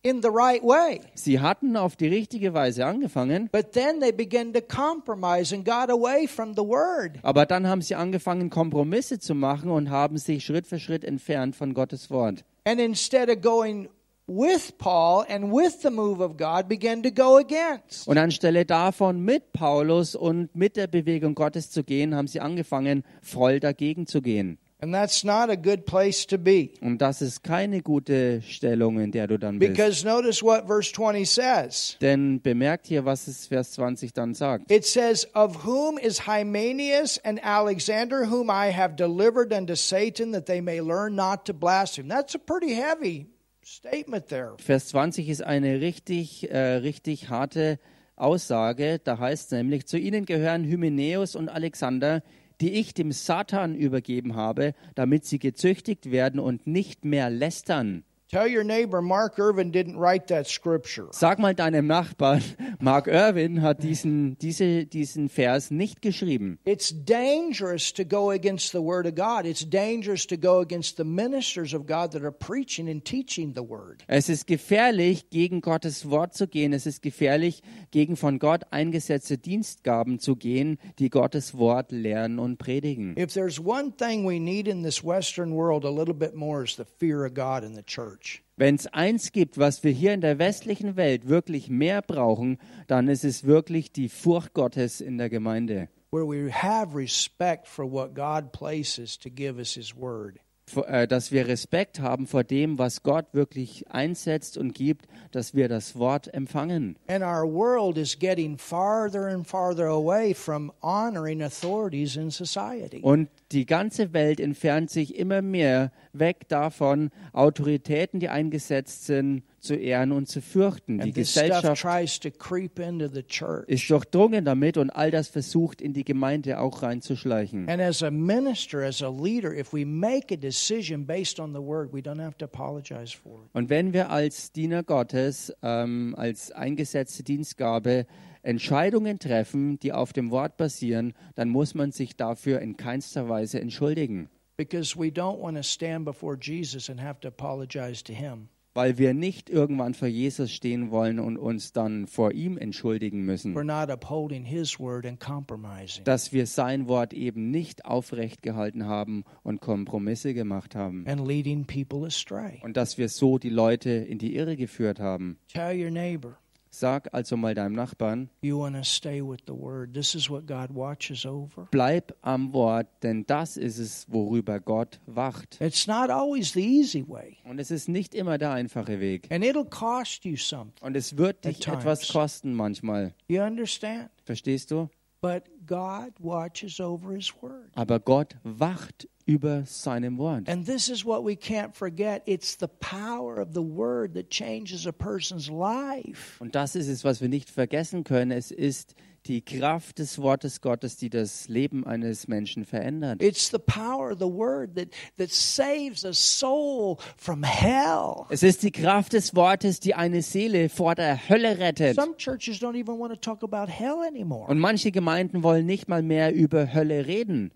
Speaker 2: in the right way,
Speaker 1: Sie hatten auf die richtige Weise angefangen,
Speaker 2: but then they began to compromise and got away from the word.
Speaker 1: aber dann haben sie angefangen, Kompromisse zu machen und haben sich Schritt für Schritt entfernt von Gottes Wort.
Speaker 2: And instead of going with Paul and with the move of God, began to go against.
Speaker 1: Und anstelle davon, mit Paulus und mit der Bewegung Gottes zu gehen, haben sie angefangen, voll dagegen zu gehen.
Speaker 2: And that's not a good place to be.
Speaker 1: Und das ist keine gute Stellung, in der du dann bist.
Speaker 2: Because notice what verse 20 says.
Speaker 1: Denn bemerkt hier, was es Vers 20 dann sagt.
Speaker 2: It says, Of whom is Hymenius and Alexander, whom I have delivered unto Satan, that they may learn not to blaspheme. That's a pretty heavy statement there.
Speaker 1: Vers 20 ist eine richtig, äh, richtig harte Aussage. Da heißt es nämlich, zu ihnen gehören Hymenäus und Alexander, die ich dem Satan übergeben habe, damit sie gezüchtigt werden und nicht mehr lästern.
Speaker 2: Tell your neighbor Mark Irvin didn't write that scripture.
Speaker 1: Sag mal deinem Nachbarn, [laughs] Mark Irwin hat diesen, diese, diesen Vers nicht geschrieben.
Speaker 2: It's dangerous to go against the Word of God. It's dangerous to go against the ministers of God that are preaching and teaching the Word.
Speaker 1: Es ist gefährlich, gegen Gottes Wort zu gehen. Es ist gefährlich, gegen von Gott eingesetzte Dienstgaben zu gehen, die Gottes Wort lehren und predigen.
Speaker 2: If there's one thing we need in this Western world a little bit more is the fear of God in the church.
Speaker 1: Wenn es eins gibt, was wir hier in der westlichen Welt wirklich mehr brauchen, dann ist es wirklich die Furcht Gottes in der Gemeinde.
Speaker 2: where we have respect for what God places to give us His Word.
Speaker 1: Vor- äh, Dass wir Respekt haben vor dem, was Gott wirklich einsetzt und gibt, dass wir das Wort empfangen.
Speaker 2: And our world is getting farther and farther away from honoring authorities in society.
Speaker 1: Und die ganze Welt entfernt sich immer mehr weg davon, Autoritäten, die eingesetzt sind, zu ehren und zu fürchten. Die
Speaker 2: And this stuff
Speaker 1: Gesellschaft
Speaker 2: tries to creep into the church.
Speaker 1: ist durchdrungen damit und all das versucht, in die Gemeinde auch reinzuschleichen.
Speaker 2: And as a minister, as a leader, if we make a decision based on the Word, we don't have to apologize for it.
Speaker 1: Und wenn wir als Diener Gottes, ähm, als eingesetzte Dienstgabe Entscheidungen treffen, die auf dem Wort basieren, dann muss man sich dafür in keinster Weise entschuldigen,
Speaker 2: Because we don't want to stand before Jesus and have to apologize to Him.
Speaker 1: weil wir nicht irgendwann vor Jesus stehen wollen und uns dann vor ihm entschuldigen müssen.
Speaker 2: We're not upholding His Word and compromising.
Speaker 1: dass wir sein Wort eben nicht aufrecht gehalten haben und Kompromisse gemacht haben.
Speaker 2: And leading people astray.
Speaker 1: Und dass wir so die Leute in die Irre geführt haben.
Speaker 2: Tell your neighbor,
Speaker 1: Sag also mal deinem Nachbarn,
Speaker 2: You want to stay with the word. This is what God watches over.
Speaker 1: bleib am Wort, denn das ist es, worüber Gott wacht.
Speaker 2: It's not always the easy way,
Speaker 1: Und es ist nicht immer der einfache Weg.
Speaker 2: and it'll cost you something.
Speaker 1: Und es wird
Speaker 2: At
Speaker 1: dich
Speaker 2: times.
Speaker 1: etwas kosten manchmal.
Speaker 2: You understand?
Speaker 1: Verstehst du?
Speaker 2: But God watches over his word.
Speaker 1: Aber Gott wacht über seinem Wort.
Speaker 2: And this is what we can't forget. It's the power of the word that changes a person's life.
Speaker 1: Und das ist es, was wir nicht vergessen können. Es ist die Kraft des Wortes Gottes, die das Leben eines Menschen verändert.
Speaker 2: It's the power of the word that, that saves a soul from hell.
Speaker 1: Es ist die Kraft des Wortes, die eine Seele vor der Hölle rettet.
Speaker 2: Some churches don't even want to talk about hell anymore.
Speaker 1: Und manche Gemeinden wollen nicht mal mehr über Hölle reden.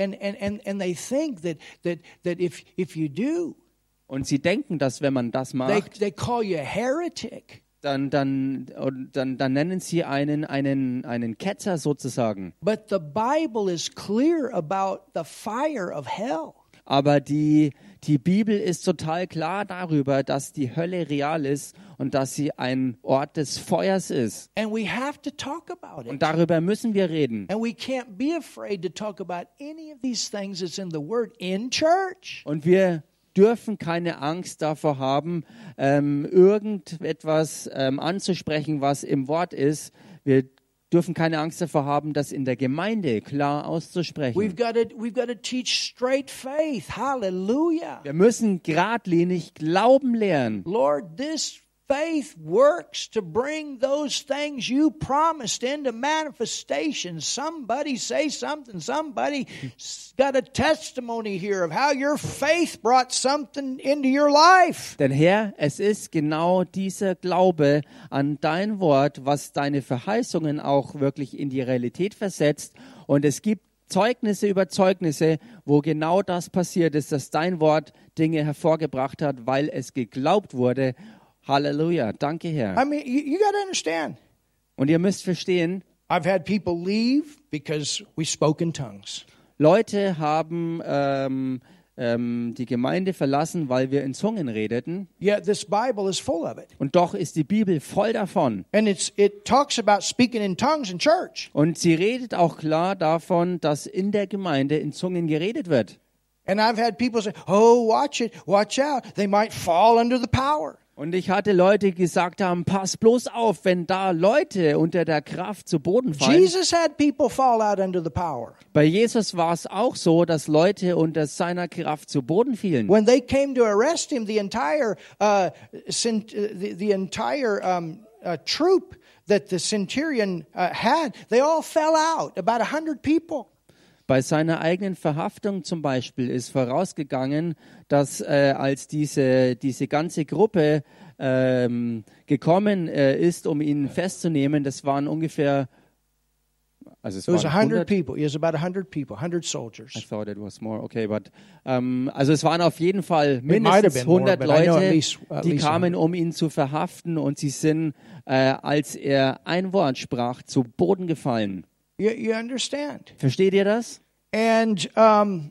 Speaker 2: And, and, and, and they think that, that, that if, if you do,
Speaker 1: Und sie denken, dass wenn man das
Speaker 2: They,
Speaker 1: macht,
Speaker 2: they call you a heretic.
Speaker 1: dann, dann, und dann, dann nennen sie einen, einen, einen Ketzer sozusagen.
Speaker 2: But the Bible is clear about the fire of hell.
Speaker 1: Aber die, Die Bibel ist total klar darüber, dass die Hölle real ist und dass sie ein Ort des Feuers ist.
Speaker 2: And we have to talk about it.
Speaker 1: Und darüber müssen wir reden.
Speaker 2: And we can't be afraid to talk about any of these things that's in the Word in church.
Speaker 1: Und wir dürfen keine Angst davor haben, ähm, irgendetwas ähm, anzusprechen, was im Wort ist. Wir dürfen keine Angst davor haben, das in der Gemeinde klar auszusprechen.
Speaker 2: We've got to we've got to teach straight faith. Hallelujah.
Speaker 1: Wir müssen geradlinig Glauben lernen.
Speaker 2: Lord, this faith works to bring those things you promised into manifestation. Somebody say something. Somebody's got a testimony here of how your faith brought something into your life.
Speaker 1: Denn Herr, es ist genau dieser Glaube an dein Wort, was deine Verheißungen auch wirklich in die Realität versetzt. Und es gibt Zeugnisse über Zeugnisse, wo genau das passiert ist, dass dein Wort Dinge hervorgebracht hat, weil es geglaubt wurde. Halleluja, danke
Speaker 2: I
Speaker 1: Herr.
Speaker 2: mean, you, you got to understand.
Speaker 1: Und ihr müsst verstehen,
Speaker 2: I've had people leave because we spoke in tongues.
Speaker 1: Leute haben ähm, ähm, die Gemeinde verlassen, weil wir in Zungen redeten.
Speaker 2: Yet this Bible is full of it.
Speaker 1: Und doch ist die Bibel voll davon.
Speaker 2: And it's it talks about speaking in tongues in church.
Speaker 1: Und sie redet auch klar davon, dass in der Gemeinde in Zungen geredet wird.
Speaker 2: And I've had people say, "Oh, watch it. Watch out. They might fall under the power."
Speaker 1: Und ich hatte Leute, die gesagt haben, pass bloß auf, wenn da Leute unter der Kraft zu Boden fallen.
Speaker 2: Jesus had people fall out under the power.
Speaker 1: Bei Jesus war es auch so, dass Leute unter seiner Kraft zu Boden fielen.
Speaker 2: When they came to arrest him, the entire uh, cent- uh, the, the entire um, uh, troop that the centurion uh, had, they all fell out. About a hundred people.
Speaker 1: Bei seiner eigenen Verhaftung zum Beispiel ist vorausgegangen, dass äh, als diese, diese ganze Gruppe ähm, gekommen äh, ist, um ihn festzunehmen, das waren ungefähr, also es
Speaker 2: It was a
Speaker 1: waren
Speaker 2: hundred
Speaker 1: 100
Speaker 2: people. It was about a hundred people, hundred soldiers.
Speaker 1: I thought it was more. Okay, but ähm, also es waren auf jeden Fall
Speaker 2: might have
Speaker 1: mindestens
Speaker 2: been more,
Speaker 1: 100
Speaker 2: but I know
Speaker 1: Leute,
Speaker 2: at least- at
Speaker 1: die
Speaker 2: least
Speaker 1: kamen, um ihn zu verhaften, und sie sind, äh, als er ein Wort sprach, zu Boden gefallen.
Speaker 2: You, you understand?
Speaker 1: Versteht ihr das?
Speaker 2: and um,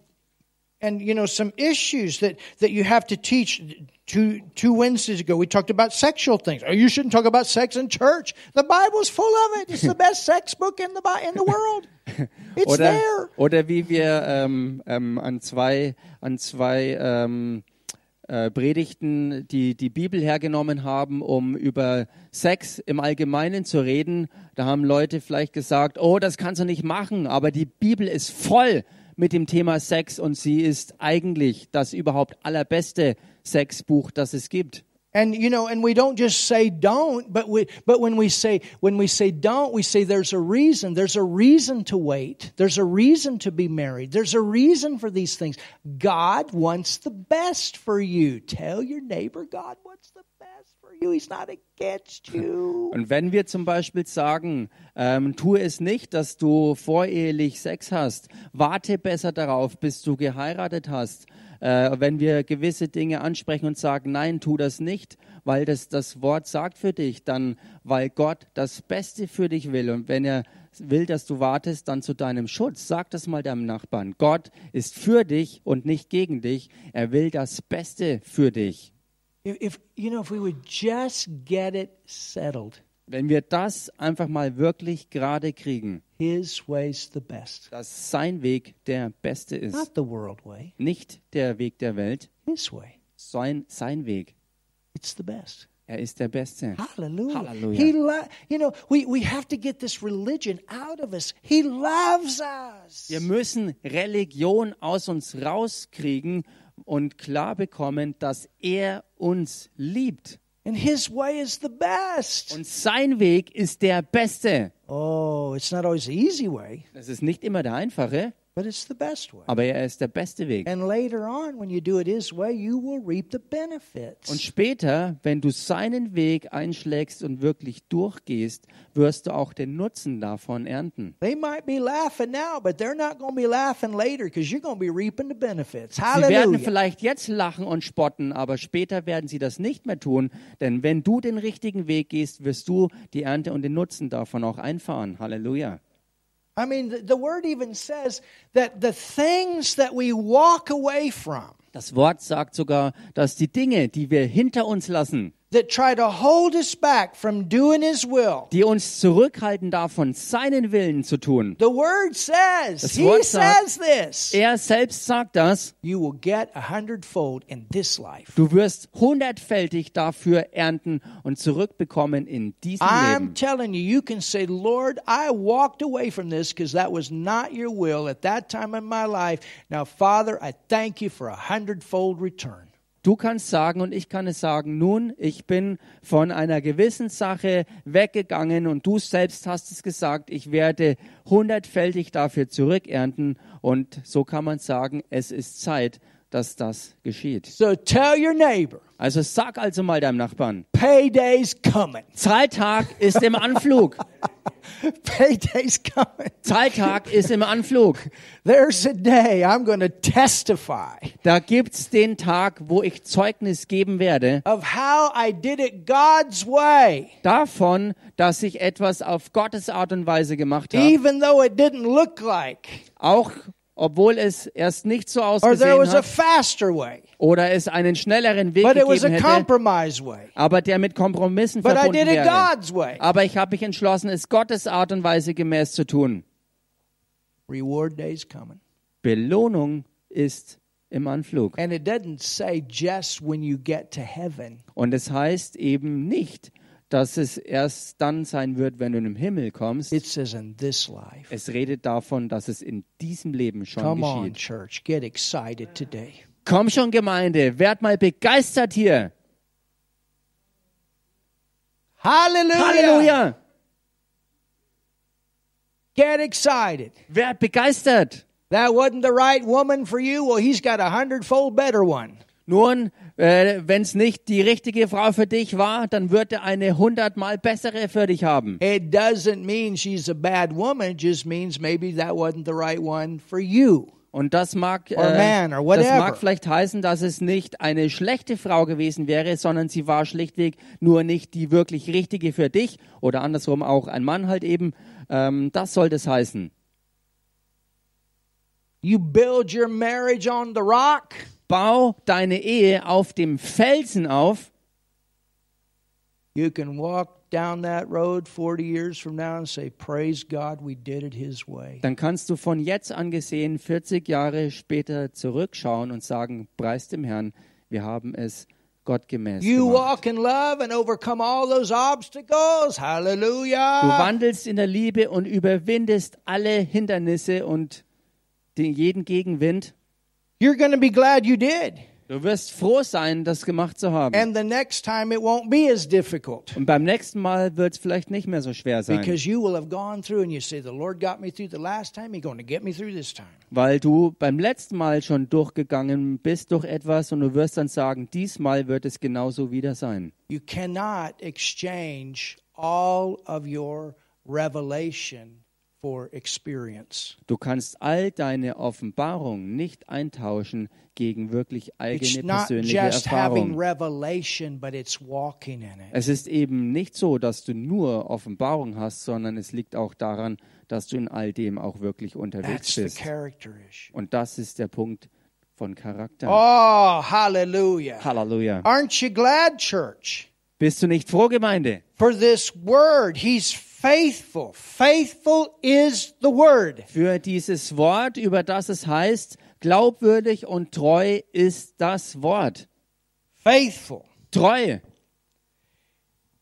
Speaker 2: and you know some issues that that you have to teach. Two two Wednesdays ago, we talked about sexual things. Oh, you shouldn't talk about sex in church. The Bible's full of it. It's the best sex book in the Bi- in the world. It's
Speaker 1: Oder,
Speaker 2: there.
Speaker 1: oder wie wir ähm, ähm, an zwei, an zwei ähm, äh, Predigten die, die Bibel hergenommen haben, um über Sex im Allgemeinen zu reden. Da haben Leute vielleicht gesagt, oh, das kannst du nicht machen, aber die Bibel ist voll mit dem Thema Sex und sie ist eigentlich das überhaupt allerbeste Sexbuch, das es gibt.
Speaker 2: And you know, and we don't just say don't, but we but when we say when we say don't, we say there's a reason. There's a reason to wait. There's a reason to be married. There's a reason for these things. God wants the best for you. Tell your neighbor God wants the best for you. He's not against
Speaker 1: [laughs]
Speaker 2: you.
Speaker 1: Und wenn wir zum Beispiel sagen, ähm, tue es nicht, dass du vorehelich Sex hast, warte besser darauf, bis du geheiratet hast. Äh, wenn wir gewisse Dinge ansprechen und sagen, nein, tu das nicht, weil das das Wort sagt für dich, dann weil Gott das Beste für dich will. Und wenn er will, dass du wartest, dann zu deinem Schutz. Sag das mal deinem Nachbarn. Gott ist für dich und nicht gegen dich. Er will das Beste für dich.
Speaker 2: If, if you know, if we would just get it settled,
Speaker 1: Wenn wir das einfach mal wirklich gerade kriegen.
Speaker 2: His way's the best,
Speaker 1: dass sein Weg der beste ist.
Speaker 2: not the world way.
Speaker 1: Nicht der Weg der Welt,
Speaker 2: His way,
Speaker 1: sein, sein Weg.
Speaker 2: it's the best.
Speaker 1: Er ist der Beste.
Speaker 2: Hallelujah.
Speaker 1: Hallelujah.
Speaker 2: He lo- you know, we, we have to get this religion out of us. He loves us.
Speaker 1: Wir müssen Religion aus uns rauskriegen und klar bekommen, dass er uns liebt.
Speaker 2: And his way is the best.
Speaker 1: Und sein Weg ist der Beste.
Speaker 2: Oh, it's not always the easy way,
Speaker 1: Das ist nicht immer der einfache,
Speaker 2: but it's the best way.
Speaker 1: aber er ist der beste Weg.
Speaker 2: And later on, when you do it his way, you will reap the benefits.
Speaker 1: Und später, wenn du seinen Weg einschlägst und wirklich durchgehst, wirst du auch den Nutzen davon ernten.
Speaker 2: they might be laughing now, but they're not going to be laughing later because you're going to be reaping the benefits.
Speaker 1: Sie werden
Speaker 2: Hallelujah.
Speaker 1: vielleicht jetzt lachen und spotten, aber später werden sie das nicht mehr tun, denn wenn du den richtigen Weg gehst, wirst du die Ernte und den Nutzen davon auch einfahren. Halleluja.
Speaker 2: I mean, the, the word even says that the things that we walk away from,
Speaker 1: Das Wort sagt sogar, dass die Dinge, die wir hinter uns lassen,
Speaker 2: that try to hold us back from doing His will.
Speaker 1: die uns zurückhalten davon, seinen Willen zu tun.
Speaker 2: The Word says,
Speaker 1: Das
Speaker 2: He
Speaker 1: Wort sagt-
Speaker 2: says this,
Speaker 1: Er selbst sagt das,
Speaker 2: you will get a hundredfold in this life.
Speaker 1: du wirst hundertfältig dafür ernten und zurückbekommen in diesem
Speaker 2: I'm
Speaker 1: Leben.
Speaker 2: telling you, you can say, Lord, I walked away from this because that was not your will at that time in my life. Now, Father, I thank you for a hundredfold return.
Speaker 1: Du kannst sagen und ich kann es sagen, nun, ich bin von einer gewissen Sache weggegangen und du selbst hast es gesagt, ich werde hundertfältig dafür zurückernten und so kann man sagen, es ist Zeit, dass das geschieht.
Speaker 2: So tell your neighbor,
Speaker 1: Also sag also mal deinem Nachbarn,
Speaker 2: payday's coming. [laughs]
Speaker 1: Zahltag ist im Anflug.
Speaker 2: Payday's coming.
Speaker 1: Zahltag ist im Anflug.
Speaker 2: There's a day I'm going to testify
Speaker 1: Da gibt's den Tag, wo ich Zeugnis geben werde
Speaker 2: of how I did it God's way,
Speaker 1: davon, dass ich etwas auf Gottes Art und Weise gemacht habe.
Speaker 2: even though it didn't look like,
Speaker 1: auch obwohl es erst nicht so
Speaker 2: or there
Speaker 1: ausgesehen
Speaker 2: was a
Speaker 1: hat
Speaker 2: faster way,
Speaker 1: oder es einen schnelleren Weg
Speaker 2: but it was
Speaker 1: gegeben
Speaker 2: a
Speaker 1: hätte,
Speaker 2: compromise way.
Speaker 1: aber der mit Kompromissen
Speaker 2: But I
Speaker 1: verbunden
Speaker 2: did it
Speaker 1: wäre.
Speaker 2: God's way.
Speaker 1: Aber ich habe mich entschlossen, es Gottes Art und Weise gemäß zu tun.
Speaker 2: Reward day's coming.
Speaker 1: Belohnung ist im Anflug.
Speaker 2: And it doesn't say just when you get to heaven.
Speaker 1: Und es heißt eben nicht, dass es erst dann sein wird, wenn du im Himmel kommst.
Speaker 2: It says in this life.
Speaker 1: Es redet davon, dass es in diesem Leben schon
Speaker 2: Come on,
Speaker 1: geschieht.
Speaker 2: church, get excited today.
Speaker 1: Komm schon, Gemeinde, werd mal begeistert hier.
Speaker 2: Hallelujah.
Speaker 1: Halleluja!
Speaker 2: Get excited.
Speaker 1: Werd begeistert!
Speaker 2: That wasn't the right woman for you. Well, he's got a hundredfold better one.
Speaker 1: Nun, äh, wenn es nicht die richtige Frau für dich war, dann wird er eine hundertmal bessere für dich haben.
Speaker 2: It doesn't mean she's a bad woman. It just means maybe that wasn't the right one for you.
Speaker 1: Und das mag, äh,
Speaker 2: Or man, or
Speaker 1: das
Speaker 2: whatever.
Speaker 1: mag vielleicht heißen, dass es nicht eine schlechte Frau gewesen wäre, sondern sie war schlichtweg nur nicht die wirklich richtige für dich oder andersrum auch ein Mann halt eben. Ähm, das soll das heißen.
Speaker 2: You build your marriage on the rock.
Speaker 1: Bau deine Ehe auf dem Felsen auf.
Speaker 2: You can walk down that road 40 years from now and say, Praise God, we did it His way.
Speaker 1: Dann kannst du von jetzt an gesehen 40 Jahre später zurückschauen und sagen, preis dem Herrn, wir haben es gottgemäß
Speaker 2: You
Speaker 1: gemacht.
Speaker 2: walk in love and overcome all those obstacles.
Speaker 1: Du
Speaker 2: Hallelujah.
Speaker 1: wandelst in der Liebe und überwindest alle Hindernisse und den, jeden Gegenwind.
Speaker 2: You're going to be glad you did.
Speaker 1: Du wirst froh sein, das gemacht zu haben.
Speaker 2: And the next time it won't be as difficult
Speaker 1: und beim nächsten Mal wird es vielleicht nicht mehr so schwer sein,
Speaker 2: because you will have gone through and you say, The Lord got me through the last time. He's going to get me through this time.
Speaker 1: weil du beim letzten Mal schon durchgegangen bist durch etwas und du wirst dann sagen, diesmal wird es genauso wieder sein.
Speaker 2: You cannot exchange all of your revelation for experience.
Speaker 1: Du kannst all deine Offenbarung nicht eintauschen gegen wirklich
Speaker 2: It's
Speaker 1: eigene
Speaker 2: not
Speaker 1: persönliche
Speaker 2: just having
Speaker 1: Erfahrung.
Speaker 2: revelation, but it's walking in it.
Speaker 1: Es ist eben nicht so, dass du nur Offenbarung hast, sondern es liegt auch daran, dass du in all dem auch wirklich unterwegs
Speaker 2: That's the
Speaker 1: bist.
Speaker 2: character issue.
Speaker 1: Und das ist der Punkt von Charakter.
Speaker 2: Oh, hallelujah.
Speaker 1: Halleluja.
Speaker 2: Aren't you glad, church,
Speaker 1: Bist du nicht froh, Gemeinde?
Speaker 2: for this word? He's faithful. Faithful is the word.
Speaker 1: Für dieses Wort, über das es heißt, glaubwürdig und treu ist das Wort.
Speaker 2: Faithful.
Speaker 1: Treu.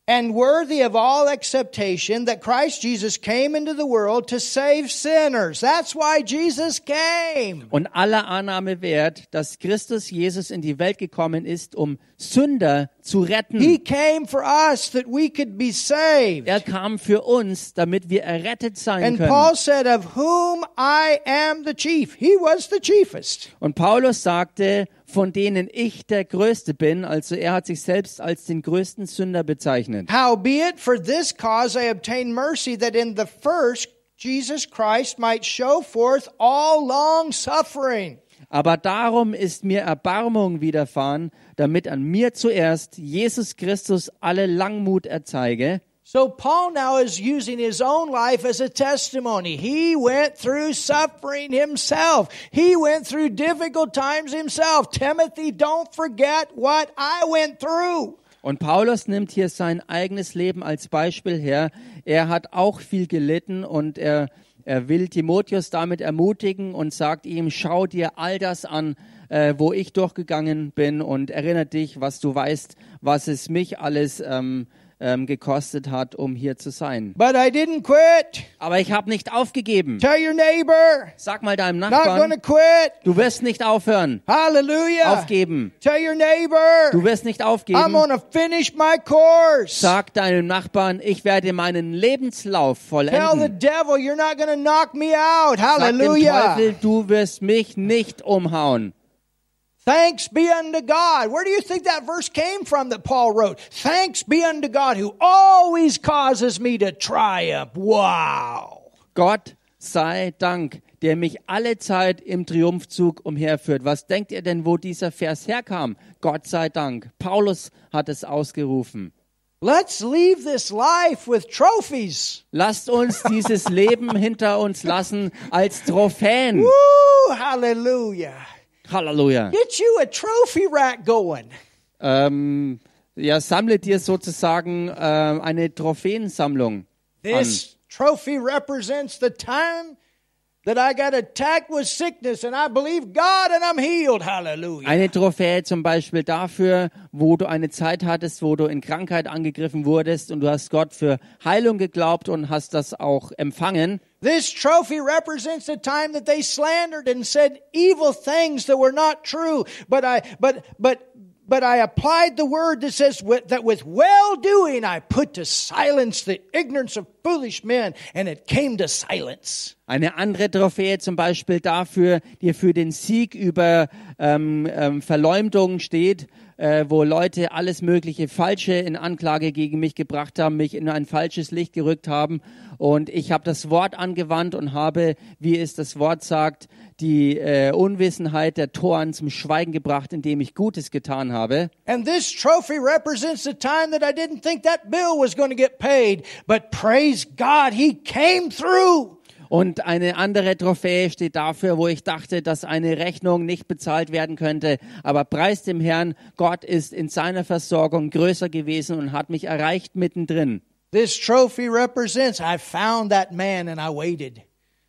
Speaker 2: And worthy of all acceptation that Christ Jesus came into the world to save sinners. That's why Jesus came.
Speaker 1: und aller Annahme wert, dass Christus Jesus in die Welt gekommen ist, um Sünder zu
Speaker 2: He
Speaker 1: retten.
Speaker 2: came for us that we could be saved.
Speaker 1: Er kam für uns, damit wir errettet sein
Speaker 2: And
Speaker 1: können.
Speaker 2: Paul said, Of whom I am the chief. He was the chiefest.
Speaker 1: Und Paulus sagte, von denen ich der Größte bin, also er hat sich selbst als den größten Sünder bezeichnet.
Speaker 2: Howbeit, for this cause I obtained mercy, that in the first Jesus Christ might show forth all long suffering.
Speaker 1: Aber darum ist mir Erbarmung widerfahren, damit an mir zuerst Jesus Christus alle Langmut erzeige,
Speaker 2: So Paul now is using his own life as a testimony. He went through suffering himself. He went through difficult times himself. Timothy, don't forget what I went through.
Speaker 1: Und Paulus nimmt hier sein eigenes Leben als Beispiel her. Er hat auch viel gelitten und er, er will Timotheus damit ermutigen und sagt ihm, schau dir all das an, äh, wo ich durchgegangen bin und erinnere dich, was du weißt, was es mich alles ähm, ähm, gekostet hat, um hier zu sein.
Speaker 2: But I didn't quit.
Speaker 1: Aber ich habe nicht aufgegeben.
Speaker 2: Tell your neighbor,
Speaker 1: Sag mal deinem
Speaker 2: not going
Speaker 1: Nachbarn,
Speaker 2: to quit.
Speaker 1: du wirst nicht aufhören.
Speaker 2: Hallelujah.
Speaker 1: Aufgeben.
Speaker 2: Tell your neighbor,
Speaker 1: Du wirst nicht
Speaker 2: I'm
Speaker 1: aufgeben.
Speaker 2: going to finish my course.
Speaker 1: Sag deinem Nachbarn, ich werde meinen Lebenslauf
Speaker 2: Tell the
Speaker 1: vollenden.
Speaker 2: devil you're not going to knock me out.
Speaker 1: Sag dem
Speaker 2: Hallelujah.
Speaker 1: Teufel, du wirst mich nicht umhauen.
Speaker 2: Thanks be unto God. Where do you think that verse came from that Paul wrote? Thanks be unto God who always causes me to triumph. Wow.
Speaker 1: Gott sei Dank, der mich alle Zeit im Triumphzug umherführt. Was denkt ihr denn, wo dieser Vers herkam? Gott sei Dank. Paulus hat es ausgerufen.
Speaker 2: Let's leave this life with trophies.
Speaker 1: Lasst uns dieses Leben hinter uns lassen als Trophäen.
Speaker 2: Woo, hallelujah.
Speaker 1: Halleluja.
Speaker 2: Get you a trophy rack going.
Speaker 1: Ähm, ja, sammle dir sozusagen ähm, eine Trophäensammlung.
Speaker 2: This trophy represents the time that I got attacked with sickness and I believe God and I'm healed. Hallelujah.
Speaker 1: Eine Trophäe zum Beispiel dafür, wo du eine Zeit hattest, wo du in Krankheit angegriffen wurdest und du hast Gott für Heilung geglaubt und hast das auch empfangen.
Speaker 2: This trophy represents the time that they slandered and said evil things that were not true. But I, but, but, but I applied the word that says with, that with well doing I put to silence the ignorance of foolish men, and it came to silence.
Speaker 1: Eine andere Trophäe zum Beispiel dafür, die für den Sieg über ähm, ähm, Verleumdung steht, äh, wo Leute alles mögliche Falsche in Anklage gegen mich gebracht haben, mich in ein falsches Licht gerückt haben und ich habe das Wort angewandt und habe, wie es das Wort sagt, die äh, Unwissenheit der Toren zum Schweigen gebracht, indem ich Gutes getan habe.
Speaker 2: And this trophy represents the time that I didn't think that bill was going to get paid, but praise God, he came through.
Speaker 1: Und eine andere Trophäe steht dafür, wo ich dachte, dass eine Rechnung nicht bezahlt werden könnte. Aber preis dem Herrn, Gott ist in seiner Versorgung größer gewesen und hat mich erreicht mittendrin.
Speaker 2: This trophy represents I found that man and I waited.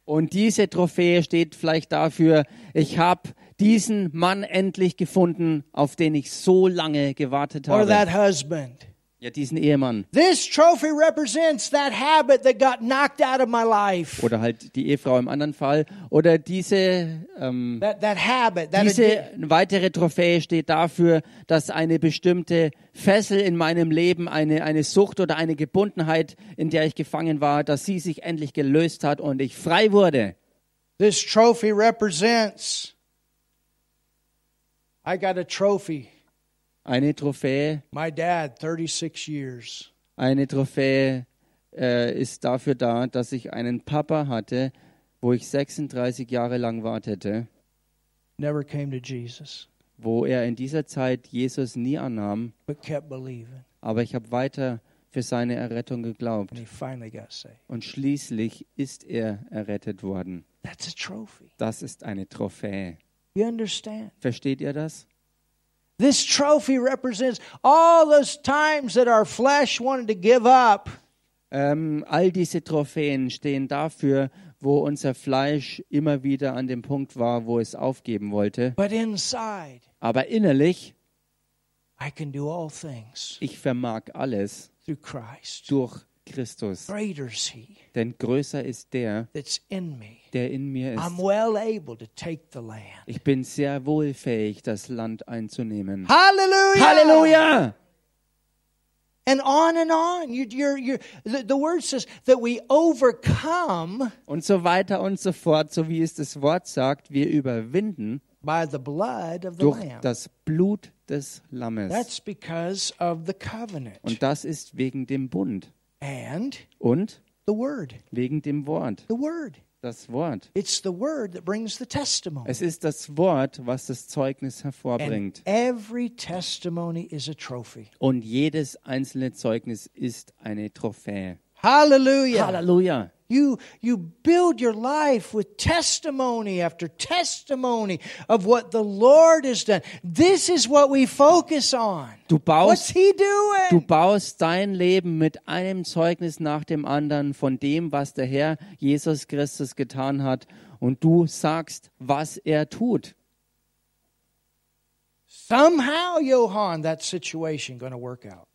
Speaker 1: Und diese Trophäe steht vielleicht dafür, ich habe diesen Mann endlich gefunden, auf den ich so lange gewartet
Speaker 2: Or that
Speaker 1: habe.
Speaker 2: husband.
Speaker 1: Ja, diesen Ehemann.
Speaker 2: This trophy represents that habit that got knocked out of my life.
Speaker 1: Oder halt die Ehefrau im anderen Fall. Oder diese ähm,
Speaker 2: That that habit, that
Speaker 1: Diese
Speaker 2: addi-
Speaker 1: weitere Trophäe steht dafür, dass eine bestimmte Fessel in meinem Leben, eine, eine Sucht oder eine Gebundenheit, in der ich gefangen war, dass sie sich endlich gelöst hat und ich frei wurde.
Speaker 2: this trophy represents I got a trophy.
Speaker 1: Eine Trophäe,
Speaker 2: My dad, 36 years.
Speaker 1: eine Trophäe äh, ist dafür da, dass ich einen Papa hatte, wo ich 36 Jahre lang wartete,
Speaker 2: Never came to Jesus,
Speaker 1: wo er in dieser Zeit Jesus nie annahm,
Speaker 2: but kept believing.
Speaker 1: aber ich habe weiter für seine Errettung
Speaker 2: And
Speaker 1: geglaubt
Speaker 2: he finally got saved.
Speaker 1: und schließlich ist er errettet worden.
Speaker 2: That's a trophy.
Speaker 1: Das ist eine Trophäe.
Speaker 2: You understand?
Speaker 1: Versteht ihr das?
Speaker 2: This trophy represents all those times that our flesh wanted to give up.
Speaker 1: Ähm, all diese Trophäen stehen dafür, wo unser Fleisch immer wieder an dem Punkt war, wo es aufgeben wollte.
Speaker 2: But inside,
Speaker 1: Aber innerlich,
Speaker 2: I can do all things
Speaker 1: ich vermag alles
Speaker 2: through Christ.
Speaker 1: durch Christus.
Speaker 2: Greater is He
Speaker 1: Denn größer ist der,
Speaker 2: that's in me.
Speaker 1: der in mir
Speaker 2: I'm
Speaker 1: ist.
Speaker 2: well able to take the land.
Speaker 1: Ich bin sehr wohlfähig, das Land einzunehmen.
Speaker 2: Hallelujah!
Speaker 1: Halleluja!
Speaker 2: And on and on. You, you're, you're, the, the word says that we overcome
Speaker 1: Und so weiter und so fort, so wie es das Wort sagt, wir überwinden
Speaker 2: by the blood of the
Speaker 1: durch
Speaker 2: Lamb.
Speaker 1: das Blut des Lammes.
Speaker 2: That's because of the covenant
Speaker 1: Und das ist wegen dem Bund
Speaker 2: and
Speaker 1: und
Speaker 2: the word.
Speaker 1: wegen dem Wort.
Speaker 2: The word.
Speaker 1: das Wort.
Speaker 2: It's the word that brings the testimony.
Speaker 1: Es ist das Wort, was das Zeugnis hervorbringt.
Speaker 2: And every testimony is a trophy.
Speaker 1: Und jedes einzelne Zeugnis ist eine Trophäe.
Speaker 2: Hallelujah.
Speaker 1: Halleluja.
Speaker 2: You, you build your life with testimony after testimony of what the Lord has done. This is what we focus on.
Speaker 1: Du
Speaker 2: What's
Speaker 1: baust,
Speaker 2: He
Speaker 1: du
Speaker 2: doing?
Speaker 1: baust dein Leben mit einem Zeugnis nach dem anderen von dem, was der Herr Jesus Christus getan hat. Und du sagst, was er tut.
Speaker 2: Somehow, Johann, that situation going to work out.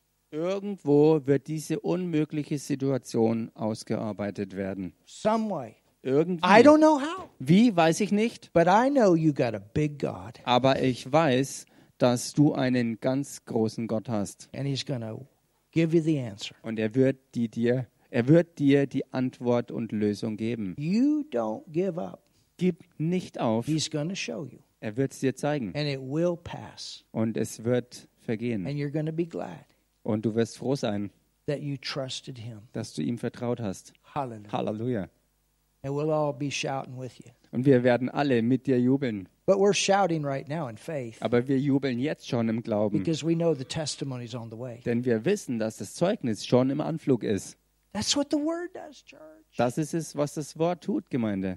Speaker 1: Irgendwo wird diese unmögliche Situation ausgearbeitet werden.
Speaker 2: Some way. I
Speaker 1: Irgendwie.
Speaker 2: don't know how,
Speaker 1: Wie, weiß ich nicht.
Speaker 2: but I know you got a big God,
Speaker 1: Aber ich weiß, dass du einen ganz großen Gott hast.
Speaker 2: and He's going to give you the answer.
Speaker 1: Und er wird, die dir, er wird dir die Antwort und Lösung geben.
Speaker 2: You don't give up.
Speaker 1: Gib nicht auf.
Speaker 2: He's going to show you,
Speaker 1: Er wird es dir zeigen.
Speaker 2: and it will pass,
Speaker 1: Und es wird vergehen.
Speaker 2: and you're going to be glad
Speaker 1: Und du wirst froh sein,
Speaker 2: that you trusted Him.
Speaker 1: dass du ihm vertraut hast.
Speaker 2: Hallelujah.
Speaker 1: Halleluja.
Speaker 2: And we'll all be shouting with you.
Speaker 1: Und wir werden alle mit dir jubeln.
Speaker 2: But we're shouting right now in faith
Speaker 1: Aber wir jubeln jetzt schon im Glauben.
Speaker 2: because we know the testimony's on the way.
Speaker 1: Denn wir wissen, dass das Zeugnis schon im Anflug ist.
Speaker 2: That's what the word does, church.
Speaker 1: Das ist es, was das Wort tut, Gemeinde.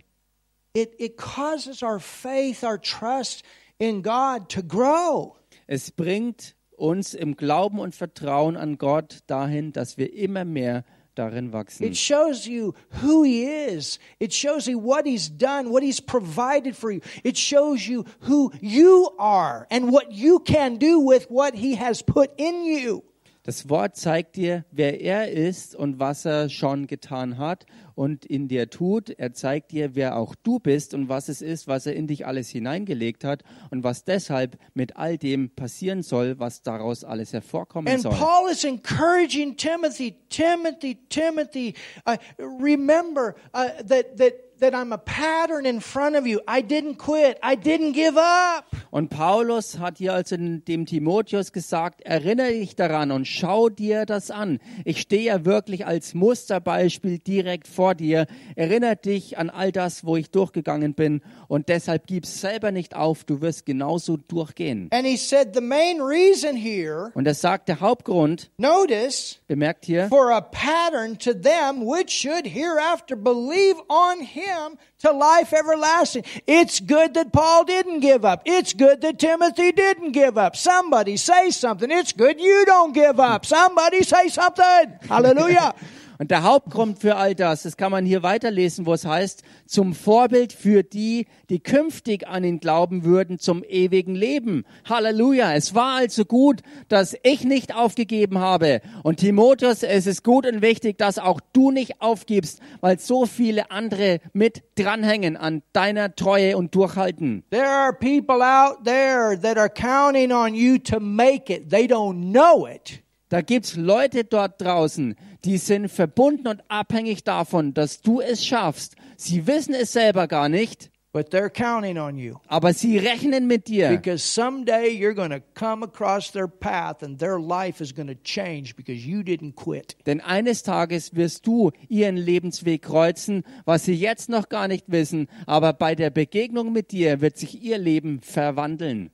Speaker 2: It, it causes our faith, our trust in God to grow.
Speaker 1: Es bringt uns im Glauben und Vertrauen an Gott dahin, dass wir immer mehr darin wachsen.
Speaker 2: It shows you who He is. It shows you what He's done, what He's provided for you. It shows you who you are and what you can do with what He has put in you.
Speaker 1: Das Wort zeigt dir, wer er ist und was er schon getan hat und in dir tut. Er zeigt dir, wer auch du bist und was es ist, was er in dich alles hineingelegt hat und was deshalb mit all dem passieren soll, was daraus alles hervorkommen
Speaker 2: And
Speaker 1: soll.
Speaker 2: Paul is encouraging Timothy, Timothy, Timothy, uh, remember uh, that, that, that I'm a pattern in front of you. I didn't quit, I didn't give up.
Speaker 1: Und Paulus hat hier also dem Timotheus gesagt, erinnere dich daran und schau dir das an. Ich stehe ja wirklich als Musterbeispiel direkt vor dir. Erinnere dich an all das, wo ich durchgegangen bin und deshalb gib selber nicht auf, du wirst genauso durchgehen.
Speaker 2: And he said the main reason here,
Speaker 1: Und er sagt, der Hauptgrund,
Speaker 2: notice,
Speaker 1: bemerkt hier,
Speaker 2: for a pattern to them which should hereafter believe on him to life everlasting. It's good that Paul didn't give up. It's good that Timothy didn't give up. Somebody say something. It's good you don't give up. Somebody say something. Hallelujah.
Speaker 1: Und der Hauptgrund für all das, das kann man hier weiterlesen, wo es heißt, zum Vorbild für die, die künftig an ihn glauben würden, zum ewigen Leben. Halleluja. Es war also gut, dass ich nicht aufgegeben habe. Und Timotheus, es ist gut und wichtig, dass auch du nicht aufgibst, weil so viele andere mit dranhängen an deiner Treue und Durchhalten.
Speaker 2: There are people out there that are counting on you to make it. They don't know it.
Speaker 1: Da gibt's Leute dort draußen, die sind verbunden und abhängig davon, dass du es schaffst. Sie wissen es selber gar nicht.
Speaker 2: But they're counting on you
Speaker 1: Aber sie rechnen mit dir,
Speaker 2: because someday you're going to come across their path and their life is going to change because you didn't quit.
Speaker 1: denn eines Tages wirst du ihren Lebensweg kreuzen, was sie jetzt noch gar nicht wissen, aber bei der Begegnung mit dir wird sich ihr Leben verwandeln.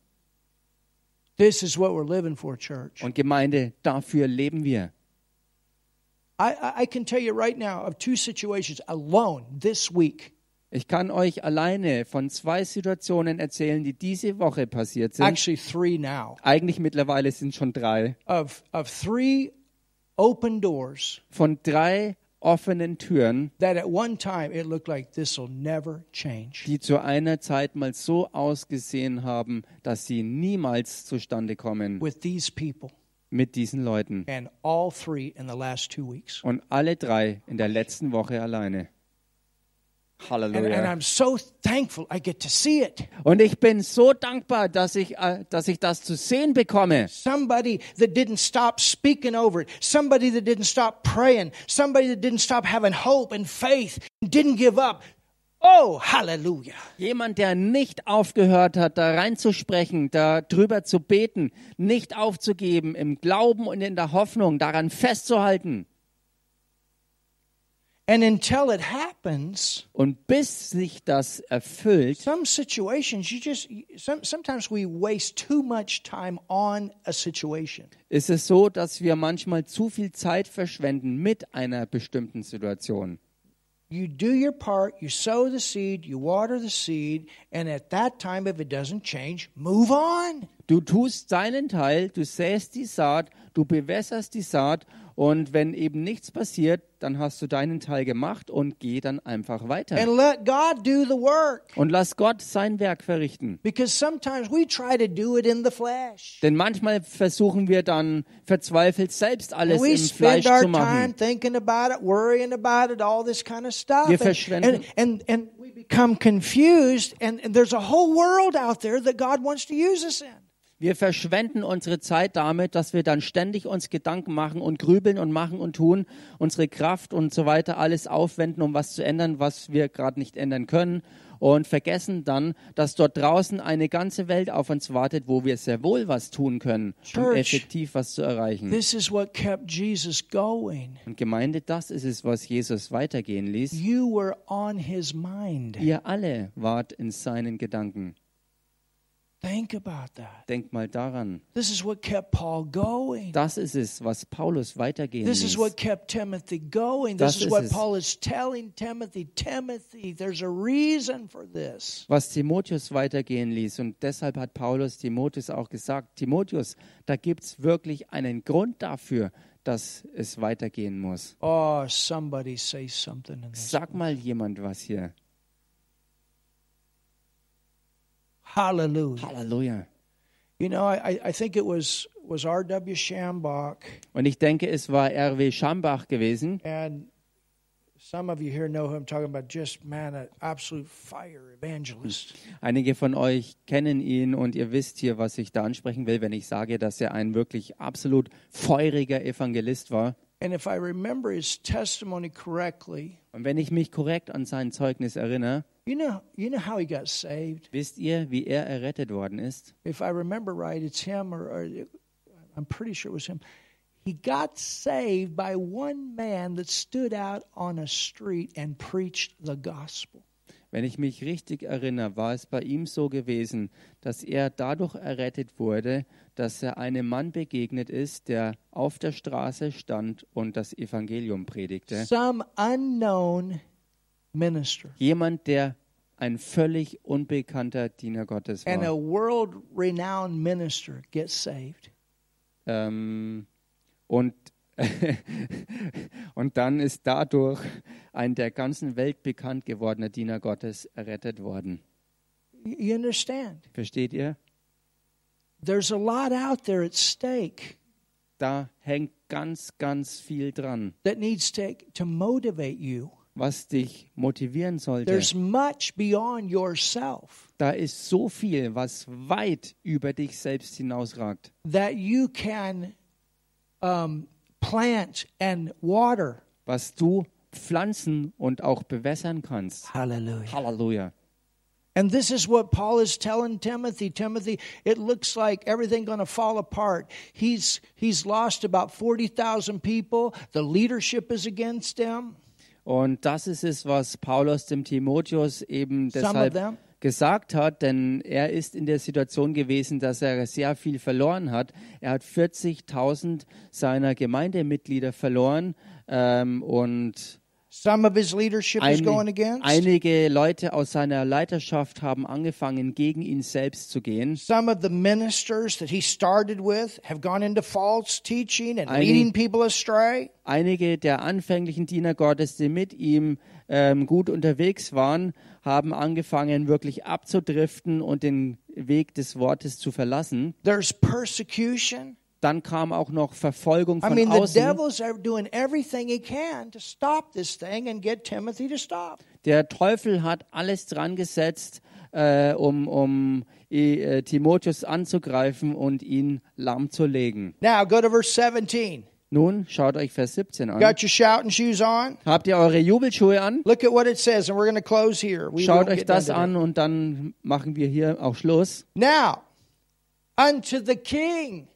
Speaker 2: This is what we're living for, church.
Speaker 1: Und Gemeinde, dafür leben wir.
Speaker 2: I- I, I can tell you right now of two situations alone this week.
Speaker 1: Ich kann euch alleine von zwei Situationen erzählen, die diese Woche passiert sind.
Speaker 2: Actually, three now.
Speaker 1: Eigentlich mittlerweile sind schon drei.
Speaker 2: Of, of three open doors
Speaker 1: Von drei offenen Türen,
Speaker 2: that at one time it looked like this will never change.
Speaker 1: die zu einer Zeit mal so ausgesehen haben, dass sie niemals zustande kommen
Speaker 2: with these people
Speaker 1: mit diesen Leuten.
Speaker 2: and all three in the last two weeks.
Speaker 1: Und alle drei in der letzten Woche alleine.
Speaker 2: And, and
Speaker 1: Halleluja.
Speaker 2: I'm so thankful I get to see it.
Speaker 1: Und ich bin so dankbar, dass ich, äh, dass ich das zu sehen bekomme.
Speaker 2: Somebody that didn't stop speaking over it, somebody that didn't stop praying, somebody that didn't stop having hope and faith, didn't give up. Oh, hallelujah.
Speaker 1: Jemand, der nicht aufgehört hat, da reinzusprechen, da drüber zu beten, nicht aufzugeben, im Glauben und in der Hoffnung daran festzuhalten.
Speaker 2: And until it happens,
Speaker 1: Und bis sich das erfüllt,
Speaker 2: some situations you just some, sometimes we waste too much time on a situation.
Speaker 1: ist es so, dass wir manchmal zu viel Zeit verschwenden mit einer bestimmten Situation.
Speaker 2: You do your part, you sow the seed, you water the seed, and at that time if it doesn't change, move on.
Speaker 1: Du tust deinen Teil, du säst die Saat, du bewässerst die Saat und wenn eben nichts passiert, dann hast du deinen Teil gemacht und geh dann einfach weiter.
Speaker 2: And let God do the work
Speaker 1: Und lass Gott sein Werk verrichten.
Speaker 2: because sometimes we try to do it in the flesh.
Speaker 1: Denn manchmal versuchen wir dann verzweifelt selbst
Speaker 2: And
Speaker 1: alles
Speaker 2: we
Speaker 1: im Fleisch
Speaker 2: spend our
Speaker 1: zu
Speaker 2: time
Speaker 1: machen.
Speaker 2: thinking about it, worrying about it, all this kind of stuff.
Speaker 1: Wir
Speaker 2: and,
Speaker 1: verschwenden-
Speaker 2: and, and, and we become confused, and, and there's a whole world out there that God wants to use us in.
Speaker 1: Wir verschwenden unsere Zeit damit, dass wir dann ständig uns Gedanken machen und grübeln und machen und tun, unsere Kraft und so weiter alles aufwenden, um was zu ändern, was wir gerade nicht ändern können und vergessen dann, dass dort draußen eine ganze Welt auf uns wartet, wo wir sehr wohl was tun können, um
Speaker 2: Church.
Speaker 1: effektiv was zu erreichen.
Speaker 2: This is what kept Jesus going.
Speaker 1: Und Gemeinde, das ist es, was Jesus weitergehen ließ.
Speaker 2: You were on his mind.
Speaker 1: Ihr alle wart in seinen Gedanken.
Speaker 2: Think about that.
Speaker 1: Denkt mal daran.
Speaker 2: This is what kept Paul going.
Speaker 1: Das ist es, was Paulus weitergehen
Speaker 2: This is
Speaker 1: ließ.
Speaker 2: what kept Timothy going.
Speaker 1: Das
Speaker 2: This is
Speaker 1: ist
Speaker 2: what
Speaker 1: es.
Speaker 2: Paul is telling Timothy. Timothy, there's a reason for this.
Speaker 1: was Timotheus weitergehen ließ. Und deshalb hat Paulus Timotheus auch gesagt, Timotheus, da gibt es wirklich einen Grund dafür, dass es weitergehen muss.
Speaker 2: Oh, somebody say something in this.
Speaker 1: Sag mal jemand was hier.
Speaker 2: Hallelujah.
Speaker 1: Halleluja.
Speaker 2: You know, I, I- I think it was was R.W. Shambach,
Speaker 1: Und ich denke, es war R.W. Schambach gewesen.
Speaker 2: and some of you here know who I'm talking about. Just, man, an absolute fire evangelist.
Speaker 1: Einige von euch kennen ihn und ihr wisst hier, was ich da ansprechen will, wenn ich sage, dass er ein wirklich absolut feuriger Evangelist war.
Speaker 2: And if I remember his testimony correctly,
Speaker 1: Und wenn ich mich korrekt an sein Zeugnis erinnere,
Speaker 2: you know, you know how he got saved.
Speaker 1: wisst ihr, wie er errettet worden ist?
Speaker 2: If I remember right, it's him, or, or I'm pretty sure it was him. He got saved by one man that stood out on a street and preached the gospel.
Speaker 1: Wenn ich mich richtig erinnere, war es bei ihm so gewesen, dass er dadurch errettet wurde, dass er einem Mann begegnet ist, der auf der Straße stand und das Evangelium predigte.
Speaker 2: Some unknown minister.
Speaker 1: Jemand, der ein völlig unbekannter Diener Gottes
Speaker 2: and a
Speaker 1: war.
Speaker 2: world renowned minister gets saved.
Speaker 1: Ähm, und, [laughs] und dann ist dadurch ein der ganzen Welt bekannt gewordener Diener Gottes errettet worden.
Speaker 2: Y- You understand?
Speaker 1: Versteht ihr?
Speaker 2: There's a lot out there at stake
Speaker 1: Da hängt ganz, ganz viel dran.
Speaker 2: that needs to, to motivate you.
Speaker 1: was dich motivieren sollte.
Speaker 2: There's much beyond yourself
Speaker 1: da ist so viel, was weit über dich selbst hinausragt,
Speaker 2: that you can um, plant and water.
Speaker 1: was du pflanzen und auch bewässern kannst.
Speaker 2: Hallelujah.
Speaker 1: Halleluja.
Speaker 2: And this is what Paul is telling Timothy. Timothy, it looks like everything going to fall apart. He's he's lost about 40,000 people. The leadership is against him.
Speaker 1: Und das ist es, was Paulus dem Timotheus eben
Speaker 2: Some of
Speaker 1: deshalb
Speaker 2: them.
Speaker 1: gesagt hat, denn er ist in der Situation gewesen, dass er sehr viel verloren hat. Er hat 40.000 seiner Gemeindemitglieder verloren ähm, und
Speaker 2: Some of his leadership is
Speaker 1: Eine-
Speaker 2: going against.
Speaker 1: Einige Leute aus seiner Leiterschaft haben angefangen, gegen ihn selbst zu gehen.
Speaker 2: Some of the ministers that he started with have gone into false teaching and
Speaker 1: Einig-
Speaker 2: leading people astray.
Speaker 1: Einige der anfänglichen Diener Gottes, die mit ihm ähm, gut unterwegs waren, haben angefangen, wirklich abzudriften und den Weg des Wortes zu verlassen.
Speaker 2: There's persecution.
Speaker 1: Dann kam auch noch Verfolgung
Speaker 2: I
Speaker 1: von
Speaker 2: mean, the
Speaker 1: außen.
Speaker 2: devil's are doing everything he can to stop this thing and get Timothy to stop.
Speaker 1: Der Teufel hat alles dran gesetzt, äh, um, um äh, Timotheus anzugreifen und ihn lahmzulegen.
Speaker 2: Now, go to verse 17.
Speaker 1: Nun schaut euch Vers 17 an.
Speaker 2: Got your shouting shoes on?
Speaker 1: Habt ihr eure Jubelschuhe an?
Speaker 2: Look at what it says, and we're going to close here. We
Speaker 1: Schaut
Speaker 2: won't
Speaker 1: euch
Speaker 2: get
Speaker 1: das
Speaker 2: into
Speaker 1: an und dann machen wir hier auch Schluss.
Speaker 2: that. Now, unto the King,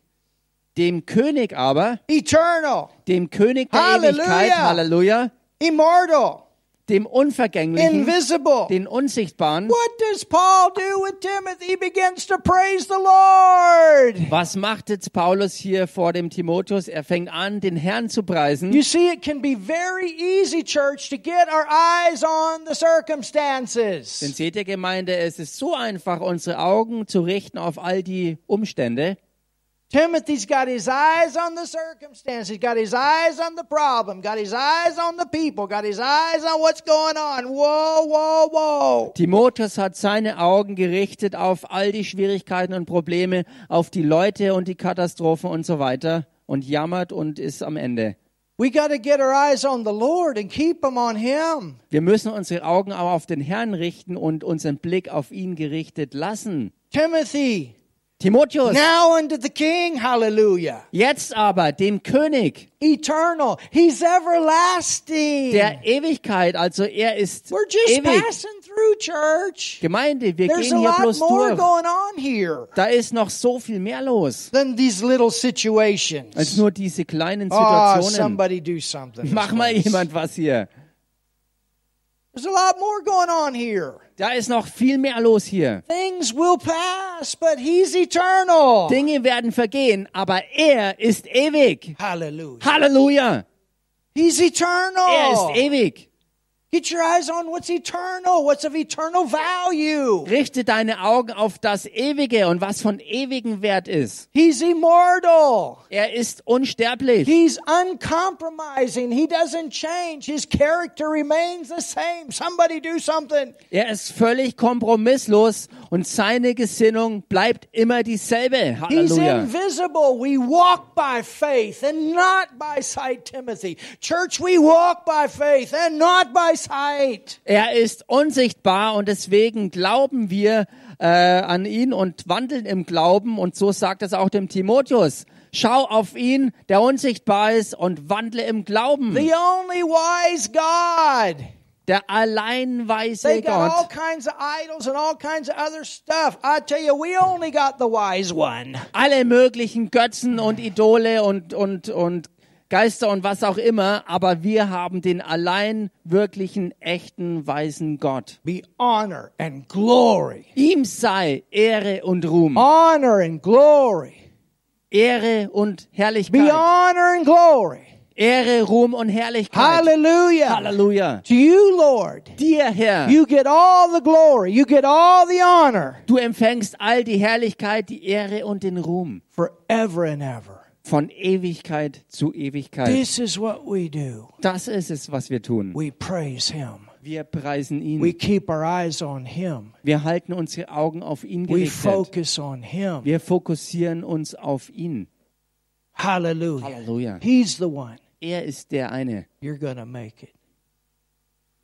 Speaker 1: Dem König aber,
Speaker 2: eternal,
Speaker 1: dem König der
Speaker 2: Halleluja!
Speaker 1: Ewigkeit, Halleluja,
Speaker 2: immortal,
Speaker 1: dem Unvergänglichen,
Speaker 2: invisible.
Speaker 1: den Unsichtbaren.
Speaker 2: What does Paul do with Timothy? He begins to praise the Lord.
Speaker 1: Was macht jetzt Paulus hier vor dem Timotheus? Er fängt an, den Herrn zu preisen.
Speaker 2: You see, it can be very easy, church, to get our eyes on the
Speaker 1: Denn
Speaker 2: circumstances.
Speaker 1: seht ihr, Gemeinde, es ist so einfach, unsere Augen zu richten auf all die Umstände.
Speaker 2: Timothy's got his eyes on the circumstances, He's got his eyes on the problem, got his eyes on the people, got his eyes on what's going on. Whoa, whoa, whoa.
Speaker 1: Timotheus hat seine Augen gerichtet auf all die Schwierigkeiten und Probleme, auf die Leute und die Katastrophen und so weiter und jammert und ist am Ende.
Speaker 2: We got to get our eyes on the Lord and keep them on Him.
Speaker 1: Wir müssen unsere Augen aber auf den Herrn richten und unseren Blick auf ihn gerichtet lassen.
Speaker 2: Timothy,
Speaker 1: Timotheus,
Speaker 2: now unto the King, hallelujah.
Speaker 1: jetzt aber dem König
Speaker 2: Eternal, He's everlasting.
Speaker 1: der Ewigkeit, also er ist
Speaker 2: We're just
Speaker 1: ewig.
Speaker 2: passing through, church.
Speaker 1: Gemeinde, wir
Speaker 2: There's a
Speaker 1: gehen hier
Speaker 2: lot
Speaker 1: bloß
Speaker 2: more
Speaker 1: durch.
Speaker 2: going on here
Speaker 1: Da ist noch so viel mehr los
Speaker 2: than these little
Speaker 1: als
Speaker 2: situations.
Speaker 1: nur diese kleinen
Speaker 2: Oh,
Speaker 1: Situationen.
Speaker 2: somebody do something.
Speaker 1: Mach mal jemand was hier.
Speaker 2: There's a lot more going on here.
Speaker 1: Da ist noch viel mehr los hier.
Speaker 2: Things will pass, but He's eternal.
Speaker 1: Dinge werden vergehen, aber er ist ewig.
Speaker 2: Hallelujah.
Speaker 1: Halleluja!
Speaker 2: He's
Speaker 1: Er ist
Speaker 2: eternal.
Speaker 1: ewig.
Speaker 2: Get your eyes on what's eternal, what's of eternal value.
Speaker 1: Richte deine Augen auf das Ewige und was von ewigem Wert ist.
Speaker 2: He's immortal.
Speaker 1: Er ist unsterblich.
Speaker 2: He's uncompromising. He doesn't change. His character remains the same. Somebody do something.
Speaker 1: Er ist völlig kompromisslos und seine Gesinnung bleibt immer dieselbe.
Speaker 2: He's
Speaker 1: Halleluja.
Speaker 2: invisible. We walk by faith and not by sight, Timothy. Church, we walk by faith and not by sight.
Speaker 1: Er ist unsichtbar und deswegen glauben wir äh, an ihn und wandeln im Glauben. Und so sagt es auch dem Timotheus. Schau auf ihn, der unsichtbar ist, und wandle im Glauben.
Speaker 2: The only wise God.
Speaker 1: Der allein
Speaker 2: They
Speaker 1: weise
Speaker 2: got all
Speaker 1: Gott.
Speaker 2: kinds of idols and all kinds of other stuff. I tell you, we only got the wise one.
Speaker 1: Alle möglichen Götzen und Idole und, und, und Geister und was auch immer. Aber wir haben den allein wirklichen, echten, weisen Gott.
Speaker 2: Be honor and glory.
Speaker 1: Ihm sei Ehre und
Speaker 2: Oh.
Speaker 1: Ruhm.
Speaker 2: Honor and glory.
Speaker 1: Ehre und
Speaker 2: Be
Speaker 1: Herrlichkeit.
Speaker 2: honor and glory.
Speaker 1: Ehre, Ruhm und Herrlichkeit.
Speaker 2: Hallelujah.
Speaker 1: Halleluja.
Speaker 2: To you, Lord.
Speaker 1: Dir, Herr,
Speaker 2: You get all the glory. You get all the honor.
Speaker 1: du empfängst all die Herrlichkeit, die Ehre und den Ruhm
Speaker 2: forever and ever.
Speaker 1: von Ewigkeit zu Ewigkeit.
Speaker 2: This is what we do.
Speaker 1: Das ist es, was wir tun.
Speaker 2: We praise Him.
Speaker 1: Wir preisen
Speaker 2: We
Speaker 1: ihn.
Speaker 2: keep our eyes on Him.
Speaker 1: Wir halten unsere Augen auf ihn
Speaker 2: We
Speaker 1: gerichtet.
Speaker 2: focus on Him.
Speaker 1: Wir fokussieren uns auf ihn.
Speaker 2: Hallelujah.
Speaker 1: Halleluja.
Speaker 2: He's the one.
Speaker 1: Er ist der eine,
Speaker 2: You're going to make it.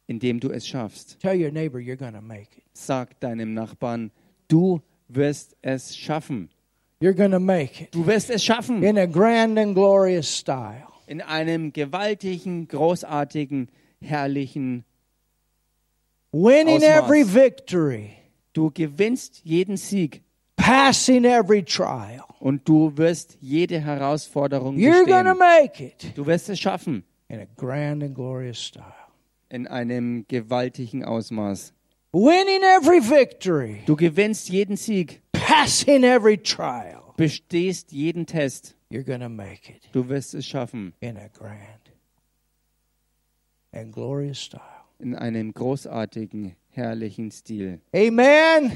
Speaker 1: in dem du es schaffst.
Speaker 2: Tell your neighbor you're going to make it.
Speaker 1: Sag deinem Nachbarn, du wirst es schaffen.
Speaker 2: You're going to make it
Speaker 1: Du wirst es schaffen.
Speaker 2: in a grand and glorious style.
Speaker 1: In einem gewaltigen, großartigen, herrlichen
Speaker 2: Winning
Speaker 1: Ausmaß.
Speaker 2: every victory,
Speaker 1: Du gewinnst jeden Sieg
Speaker 2: passing every trial.
Speaker 1: und du wirst jede Herausforderung
Speaker 2: You're going to
Speaker 1: bestehen.
Speaker 2: make it
Speaker 1: Du wirst es schaffen
Speaker 2: in a grand and glorious style.
Speaker 1: in einem gewaltigen Ausmaß.
Speaker 2: Winning every victory,
Speaker 1: Du gewinnst jeden Sieg,
Speaker 2: passing every trial.
Speaker 1: bestehst jeden Test.
Speaker 2: You're going to make it
Speaker 1: Du wirst es schaffen
Speaker 2: in a grand and glorious style.
Speaker 1: in einem großartigen, herrlichen Stil.
Speaker 2: Amen.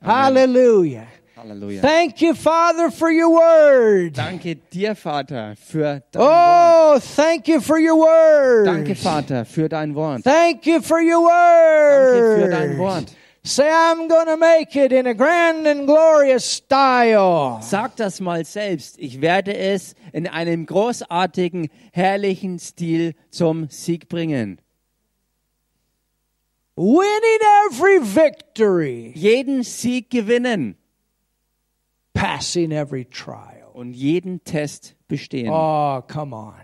Speaker 2: Hallelujah.
Speaker 1: Halleluja.
Speaker 2: Thank you, Father, for your word.
Speaker 1: Danke dir, Vater, für dein Wort.
Speaker 2: Oh, thank you for your word.
Speaker 1: Danke, Vater, für dein Wort.
Speaker 2: Thank you for your word.
Speaker 1: Danke für dein Wort.
Speaker 2: Say, I'm going to make it in a grand and glorious style.
Speaker 1: Sag das mal selbst. Ich werde es in einem großartigen, herrlichen Stil zum Sieg bringen.
Speaker 2: Winning every victory,
Speaker 1: jeden Sieg gewinnen
Speaker 2: passing every trial.
Speaker 1: und jeden Test bestehen.
Speaker 2: Oh, come on.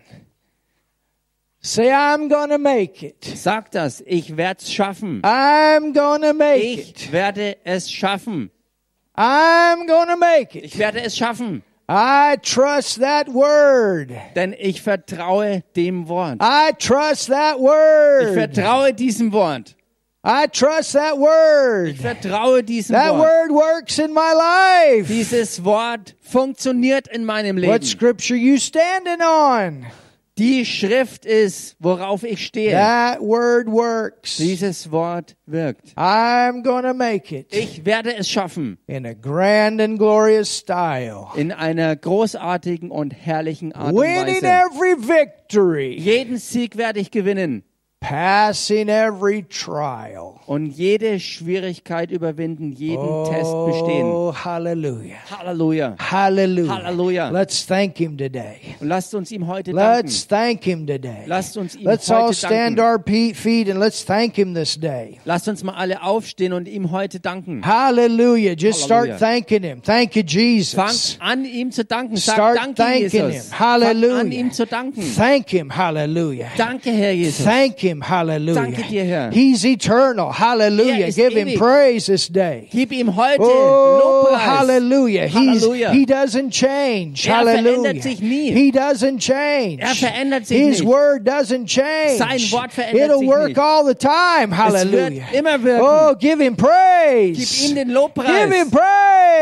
Speaker 2: Say, I'm going to make it.
Speaker 1: Sag das, ich werde es schaffen.
Speaker 2: I'm going to make
Speaker 1: Ich
Speaker 2: it.
Speaker 1: werde es schaffen.
Speaker 2: I'm going to make it.
Speaker 1: Ich werde es schaffen.
Speaker 2: I trust that word.
Speaker 1: Denn ich vertraue dem Wort.
Speaker 2: I trust that
Speaker 1: Ich
Speaker 2: word.
Speaker 1: vertraue diesem Wort.
Speaker 2: I trust that
Speaker 1: Ich
Speaker 2: word.
Speaker 1: vertraue diesem
Speaker 2: That
Speaker 1: Wort.
Speaker 2: word works in my life.
Speaker 1: Dieses Wort funktioniert in meinem
Speaker 2: What
Speaker 1: Leben.
Speaker 2: scripture you standing on?
Speaker 1: Die Schrift ist, worauf ich stehe.
Speaker 2: That word works.
Speaker 1: Dieses Wort wirkt.
Speaker 2: I'm going to make it
Speaker 1: Ich werde es schaffen.
Speaker 2: in a grand and glorious style.
Speaker 1: In einer großartigen und herrlichen Art und
Speaker 2: Winning
Speaker 1: Weise.
Speaker 2: every victory,
Speaker 1: Jeden Sieg werde ich gewinnen
Speaker 2: passing every trial.
Speaker 1: und jede Schwierigkeit überwinden, jeden Test bestehen.
Speaker 2: Oh, hallelujah.
Speaker 1: Halleluja.
Speaker 2: Hallelujah.
Speaker 1: Hallelujah.
Speaker 2: Let's thank him today.
Speaker 1: Und lasst uns ihm heute danken.
Speaker 2: Let's thank him today.
Speaker 1: Lasst uns ihm
Speaker 2: Let's
Speaker 1: heute
Speaker 2: all stand
Speaker 1: danken.
Speaker 2: our pe- feet and let's thank him this day.
Speaker 1: Lasst uns mal alle aufstehen und ihm heute danken.
Speaker 2: Hallelujah. Just
Speaker 1: Hallelujah.
Speaker 2: start thanking him. Thank you, Jesus.
Speaker 1: Fangt an, ihm zu danken. Sagt
Speaker 2: Start
Speaker 1: danke,
Speaker 2: thanking
Speaker 1: Jesus.
Speaker 2: him. Hallelujah.
Speaker 1: Fangt an, ihm zu danken.
Speaker 2: Thank him. Hallelujah.
Speaker 1: Danke, Herr Jesus.
Speaker 2: Thank him. Hallelujah.
Speaker 1: Danke dir, Herr.
Speaker 2: He's eternal. Hallelujah.
Speaker 1: Er ist
Speaker 2: Give him
Speaker 1: ewig.
Speaker 2: praise this day.
Speaker 1: Gib ihm heute
Speaker 2: Oh,
Speaker 1: Lobpreis.
Speaker 2: hallelujah. He's,
Speaker 1: Hallelujah.
Speaker 2: He doesn't change.
Speaker 1: Er verändert
Speaker 2: hallelujah.
Speaker 1: sich nie.
Speaker 2: He doesn't change.
Speaker 1: Er verändert sich
Speaker 2: His
Speaker 1: nicht.
Speaker 2: word doesn't change.
Speaker 1: Sein Wort verändert
Speaker 2: It'll
Speaker 1: sich
Speaker 2: work
Speaker 1: nicht.
Speaker 2: all the time.
Speaker 1: wird
Speaker 2: Hallelujah.
Speaker 1: immer wirken.
Speaker 2: Oh, give him
Speaker 1: Gib
Speaker 2: praise.
Speaker 1: ihm den Lobpreis.
Speaker 2: Give him praise.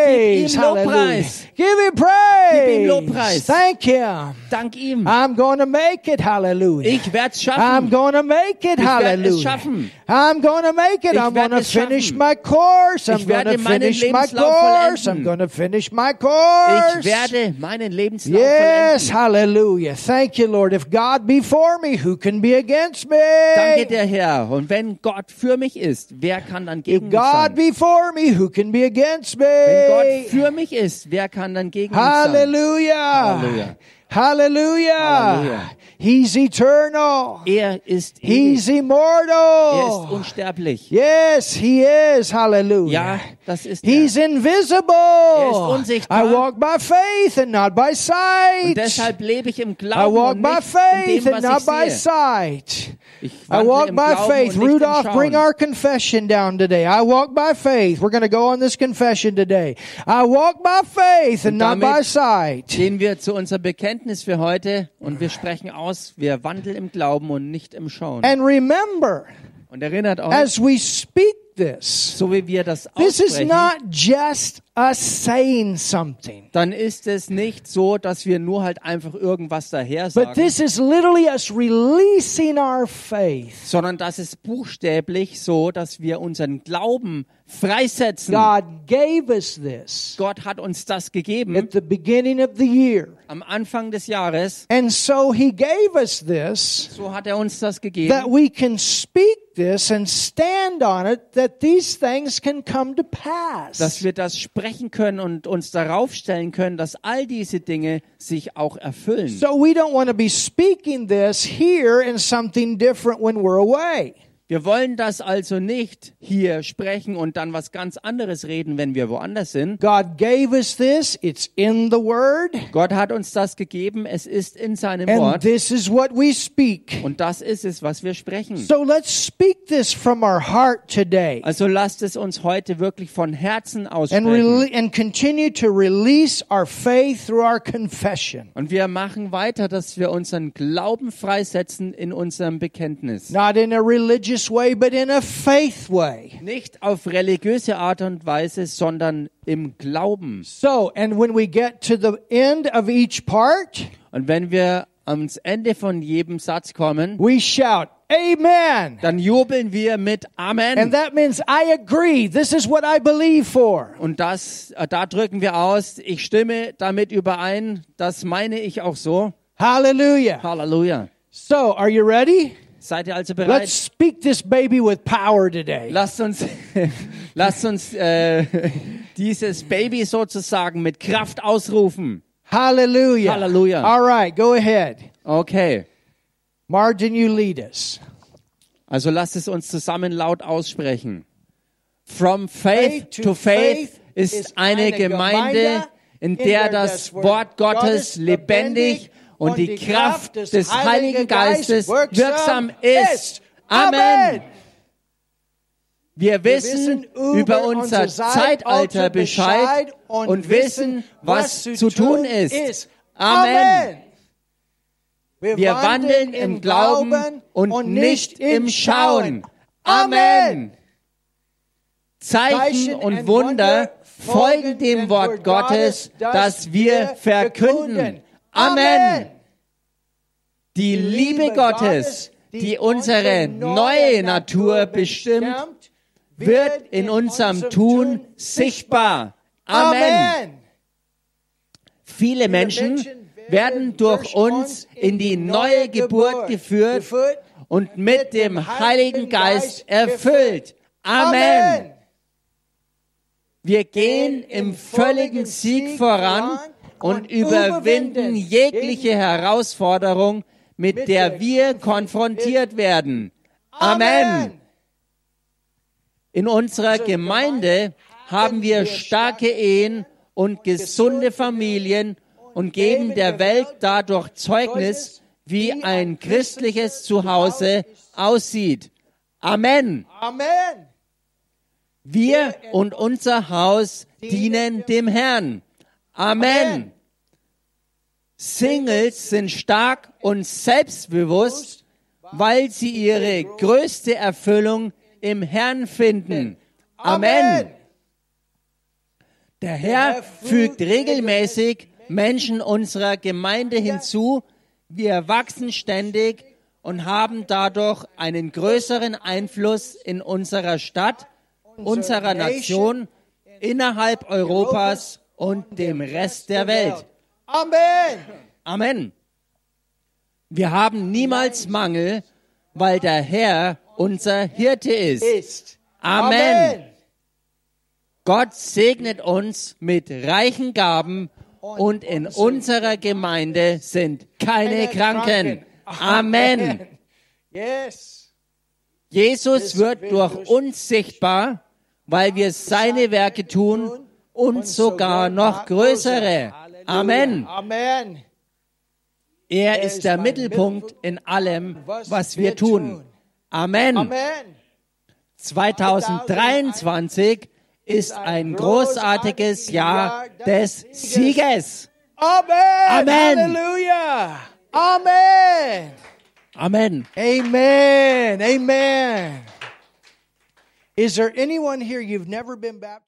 Speaker 1: Gib ihm
Speaker 2: hallelujah.
Speaker 1: Lobpreis.
Speaker 2: Give him praise.
Speaker 1: Gib ihm Lobpreis.
Speaker 2: Thank him.
Speaker 1: Dank ihm.
Speaker 2: I'm going to make it. Hallelujah.
Speaker 1: Ich werde es
Speaker 2: Ah. I'm
Speaker 1: schaffen.
Speaker 2: gonna make
Speaker 1: Ich werd
Speaker 2: it,
Speaker 1: es
Speaker 2: hallelujah.
Speaker 1: schaffen.
Speaker 2: I'm gonna make it.
Speaker 1: Ich
Speaker 2: I'm
Speaker 1: werd
Speaker 2: gonna
Speaker 1: es schaffen.
Speaker 2: finish my course. I'm
Speaker 1: Ich werde
Speaker 2: gonna
Speaker 1: meinen
Speaker 2: finish my
Speaker 1: Lebenslauf
Speaker 2: course. I'm
Speaker 1: vollenden.
Speaker 2: gonna finish my
Speaker 1: Ich
Speaker 2: course.
Speaker 1: werde meinen Lebenslauf
Speaker 2: Yes,
Speaker 1: vollenden.
Speaker 2: hallelujah. Thank you, Lord. If God be for me, who can be against me?
Speaker 1: Danke dir, Herr. Und wenn Gott für mich ist, wer kann dann gegen
Speaker 2: If
Speaker 1: mich sein?
Speaker 2: God be for me, who can be against
Speaker 1: Wenn Gott
Speaker 2: me?
Speaker 1: für mich ist, wer kann dann gegen mich sein?
Speaker 2: Hallelujah.
Speaker 1: Hallelujah.
Speaker 2: Hallelujah.
Speaker 1: Hallelujah.
Speaker 2: He's eternal.
Speaker 1: Er ist ewig.
Speaker 2: He's immortal.
Speaker 1: Er ist unsterblich.
Speaker 2: Yes, he is. Hallelujah.
Speaker 1: Ja, das ist er.
Speaker 2: He's invisible.
Speaker 1: ist unsichtbar.
Speaker 2: I walk by faith and not by
Speaker 1: Und
Speaker 2: sight.
Speaker 1: deshalb lebe ich im
Speaker 2: I
Speaker 1: Glauben
Speaker 2: walk
Speaker 1: und
Speaker 2: by
Speaker 1: nicht in
Speaker 2: faith
Speaker 1: dem,
Speaker 2: and not by
Speaker 1: was
Speaker 2: sight.
Speaker 1: ich sehe. Ich
Speaker 2: I
Speaker 1: wandle
Speaker 2: walk
Speaker 1: im
Speaker 2: by
Speaker 1: Glauben
Speaker 2: faith.
Speaker 1: und nicht im
Speaker 2: Rudolph,
Speaker 1: Schauen.
Speaker 2: bring our confession down today. I walk by faith. We're going to go on this confession today. I walk by faith and
Speaker 1: Und
Speaker 2: not by
Speaker 1: damit
Speaker 2: sight.
Speaker 1: Gehen wir zu unserem Bekenntnis für heute und wir sprechen aus, wir wandeln im Glauben und nicht im Schauen.
Speaker 2: And remember,
Speaker 1: Und erinnert euch,
Speaker 2: as we speak this,
Speaker 1: so wie wir das
Speaker 2: this is
Speaker 1: aussprechen,
Speaker 2: not just us saying something.
Speaker 1: dann ist es nicht so, dass wir nur halt einfach irgendwas daher
Speaker 2: But
Speaker 1: sagen,
Speaker 2: this is literally us releasing our faith.
Speaker 1: sondern das ist buchstäblich so, dass wir unseren Glauben freisetzen.
Speaker 2: God gave us this
Speaker 1: Gott hat uns das gegeben
Speaker 2: at the beginning of the year.
Speaker 1: am Anfang des Jahres.
Speaker 2: And so He gave us this
Speaker 1: So hat er uns das
Speaker 2: that
Speaker 1: gegeben,
Speaker 2: we can speak this and stand on it, that these things can come to
Speaker 1: dass
Speaker 2: pass.
Speaker 1: wir das sprechen können und uns darauf stellen können, dass all diese Dinge sich auch erfüllen.
Speaker 2: So we don't want to be speaking this here in something different when we're away.
Speaker 1: Wir wollen das also nicht hier sprechen und dann was ganz anderes reden, wenn wir woanders sind.
Speaker 2: God gave us this, it's in the Word,
Speaker 1: Gott hat uns das gegeben, es ist in seinem
Speaker 2: and
Speaker 1: Wort
Speaker 2: this is what we speak.
Speaker 1: und das ist es, was wir sprechen.
Speaker 2: So let's speak this from our heart today.
Speaker 1: Also lasst es uns heute wirklich von Herzen
Speaker 2: and
Speaker 1: aussprechen.
Speaker 2: rele- and continue to release our faith through our confession.
Speaker 1: Und wir machen weiter, dass wir unseren Glauben freisetzen in unserem Bekenntnis.
Speaker 2: Not in a religious way, but in a faith way.
Speaker 1: Nicht auf religiöse Art und Weise, sondern im Glauben.
Speaker 2: So, and when we get to the end of each part,
Speaker 1: Und wenn wir ans Ende von jedem Satz kommen,
Speaker 2: we shout, Amen.
Speaker 1: dann jubeln wir mit Amen.
Speaker 2: And that means I agree. This is what I believe for.
Speaker 1: Und das, äh, da drücken wir aus, ich stimme damit überein, das meine ich auch so.
Speaker 2: Hallelujah.
Speaker 1: Halleluja.
Speaker 2: So, are you ready?
Speaker 1: Seid ihr also bereit?
Speaker 2: Let's speak this baby with power today.
Speaker 1: lasst uns, [laughs] lasst uns äh, dieses Baby sozusagen mit Kraft ausrufen.
Speaker 2: Hallelujah.
Speaker 1: Hallelujah.
Speaker 2: All right, go ahead.
Speaker 1: Okay.
Speaker 2: Margin, you lead us.
Speaker 1: Also lasst es uns zusammen laut aussprechen. From faith to faith ist eine Gemeinde, in der das Wort Gottes lebendig und die Kraft des Heiligen Geistes wirksam ist. Amen. Wir wissen über unser Zeitalter Bescheid und wissen, was zu tun ist. Amen. Wir wandeln im Glauben und nicht im Schauen. Amen. Zeichen und Wunder folgen dem Wort Gottes, das wir verkünden. Amen. Die Liebe Gottes, die unsere neue Natur bestimmt, wird in unserem Tun sichtbar. Amen. Viele Menschen werden durch uns in die neue Geburt geführt und mit dem Heiligen Geist erfüllt. Amen. Wir gehen im völligen Sieg voran und überwinden jegliche Herausforderung, mit der wir konfrontiert werden. Amen. In unserer Gemeinde haben wir starke Ehen und gesunde Familien und geben der Welt dadurch Zeugnis, wie ein christliches Zuhause aussieht. Amen.
Speaker 2: Amen.
Speaker 1: Wir und unser Haus dienen dem Herrn. Amen. Singles sind stark und selbstbewusst, weil sie ihre größte Erfüllung im Herrn finden. Amen. Der Herr fügt regelmäßig Menschen unserer Gemeinde hinzu. Wir wachsen ständig und haben dadurch einen größeren Einfluss in unserer Stadt, unserer Nation, innerhalb Europas und dem Rest der Welt.
Speaker 2: Amen.
Speaker 1: Amen. Wir haben niemals Mangel, weil der Herr unser Hirte ist.
Speaker 2: Ist.
Speaker 1: Amen. Gott segnet uns mit reichen Gaben und in unserer Gemeinde sind keine Kranken. Amen.
Speaker 2: Yes.
Speaker 1: Jesus wird durch uns sichtbar, weil wir seine Werke tun und sogar noch größere. Amen.
Speaker 2: Amen.
Speaker 1: Er ist der Mittelpunkt in allem, was wir tun. Amen.
Speaker 2: Amen.
Speaker 1: 2023 ist ein großartiges Jahr des Sieges.
Speaker 2: Amen.
Speaker 1: Amen.
Speaker 2: Hallelujah. Amen.
Speaker 1: Amen.
Speaker 2: Amen. Amen. Is there anyone here you've never been baptized?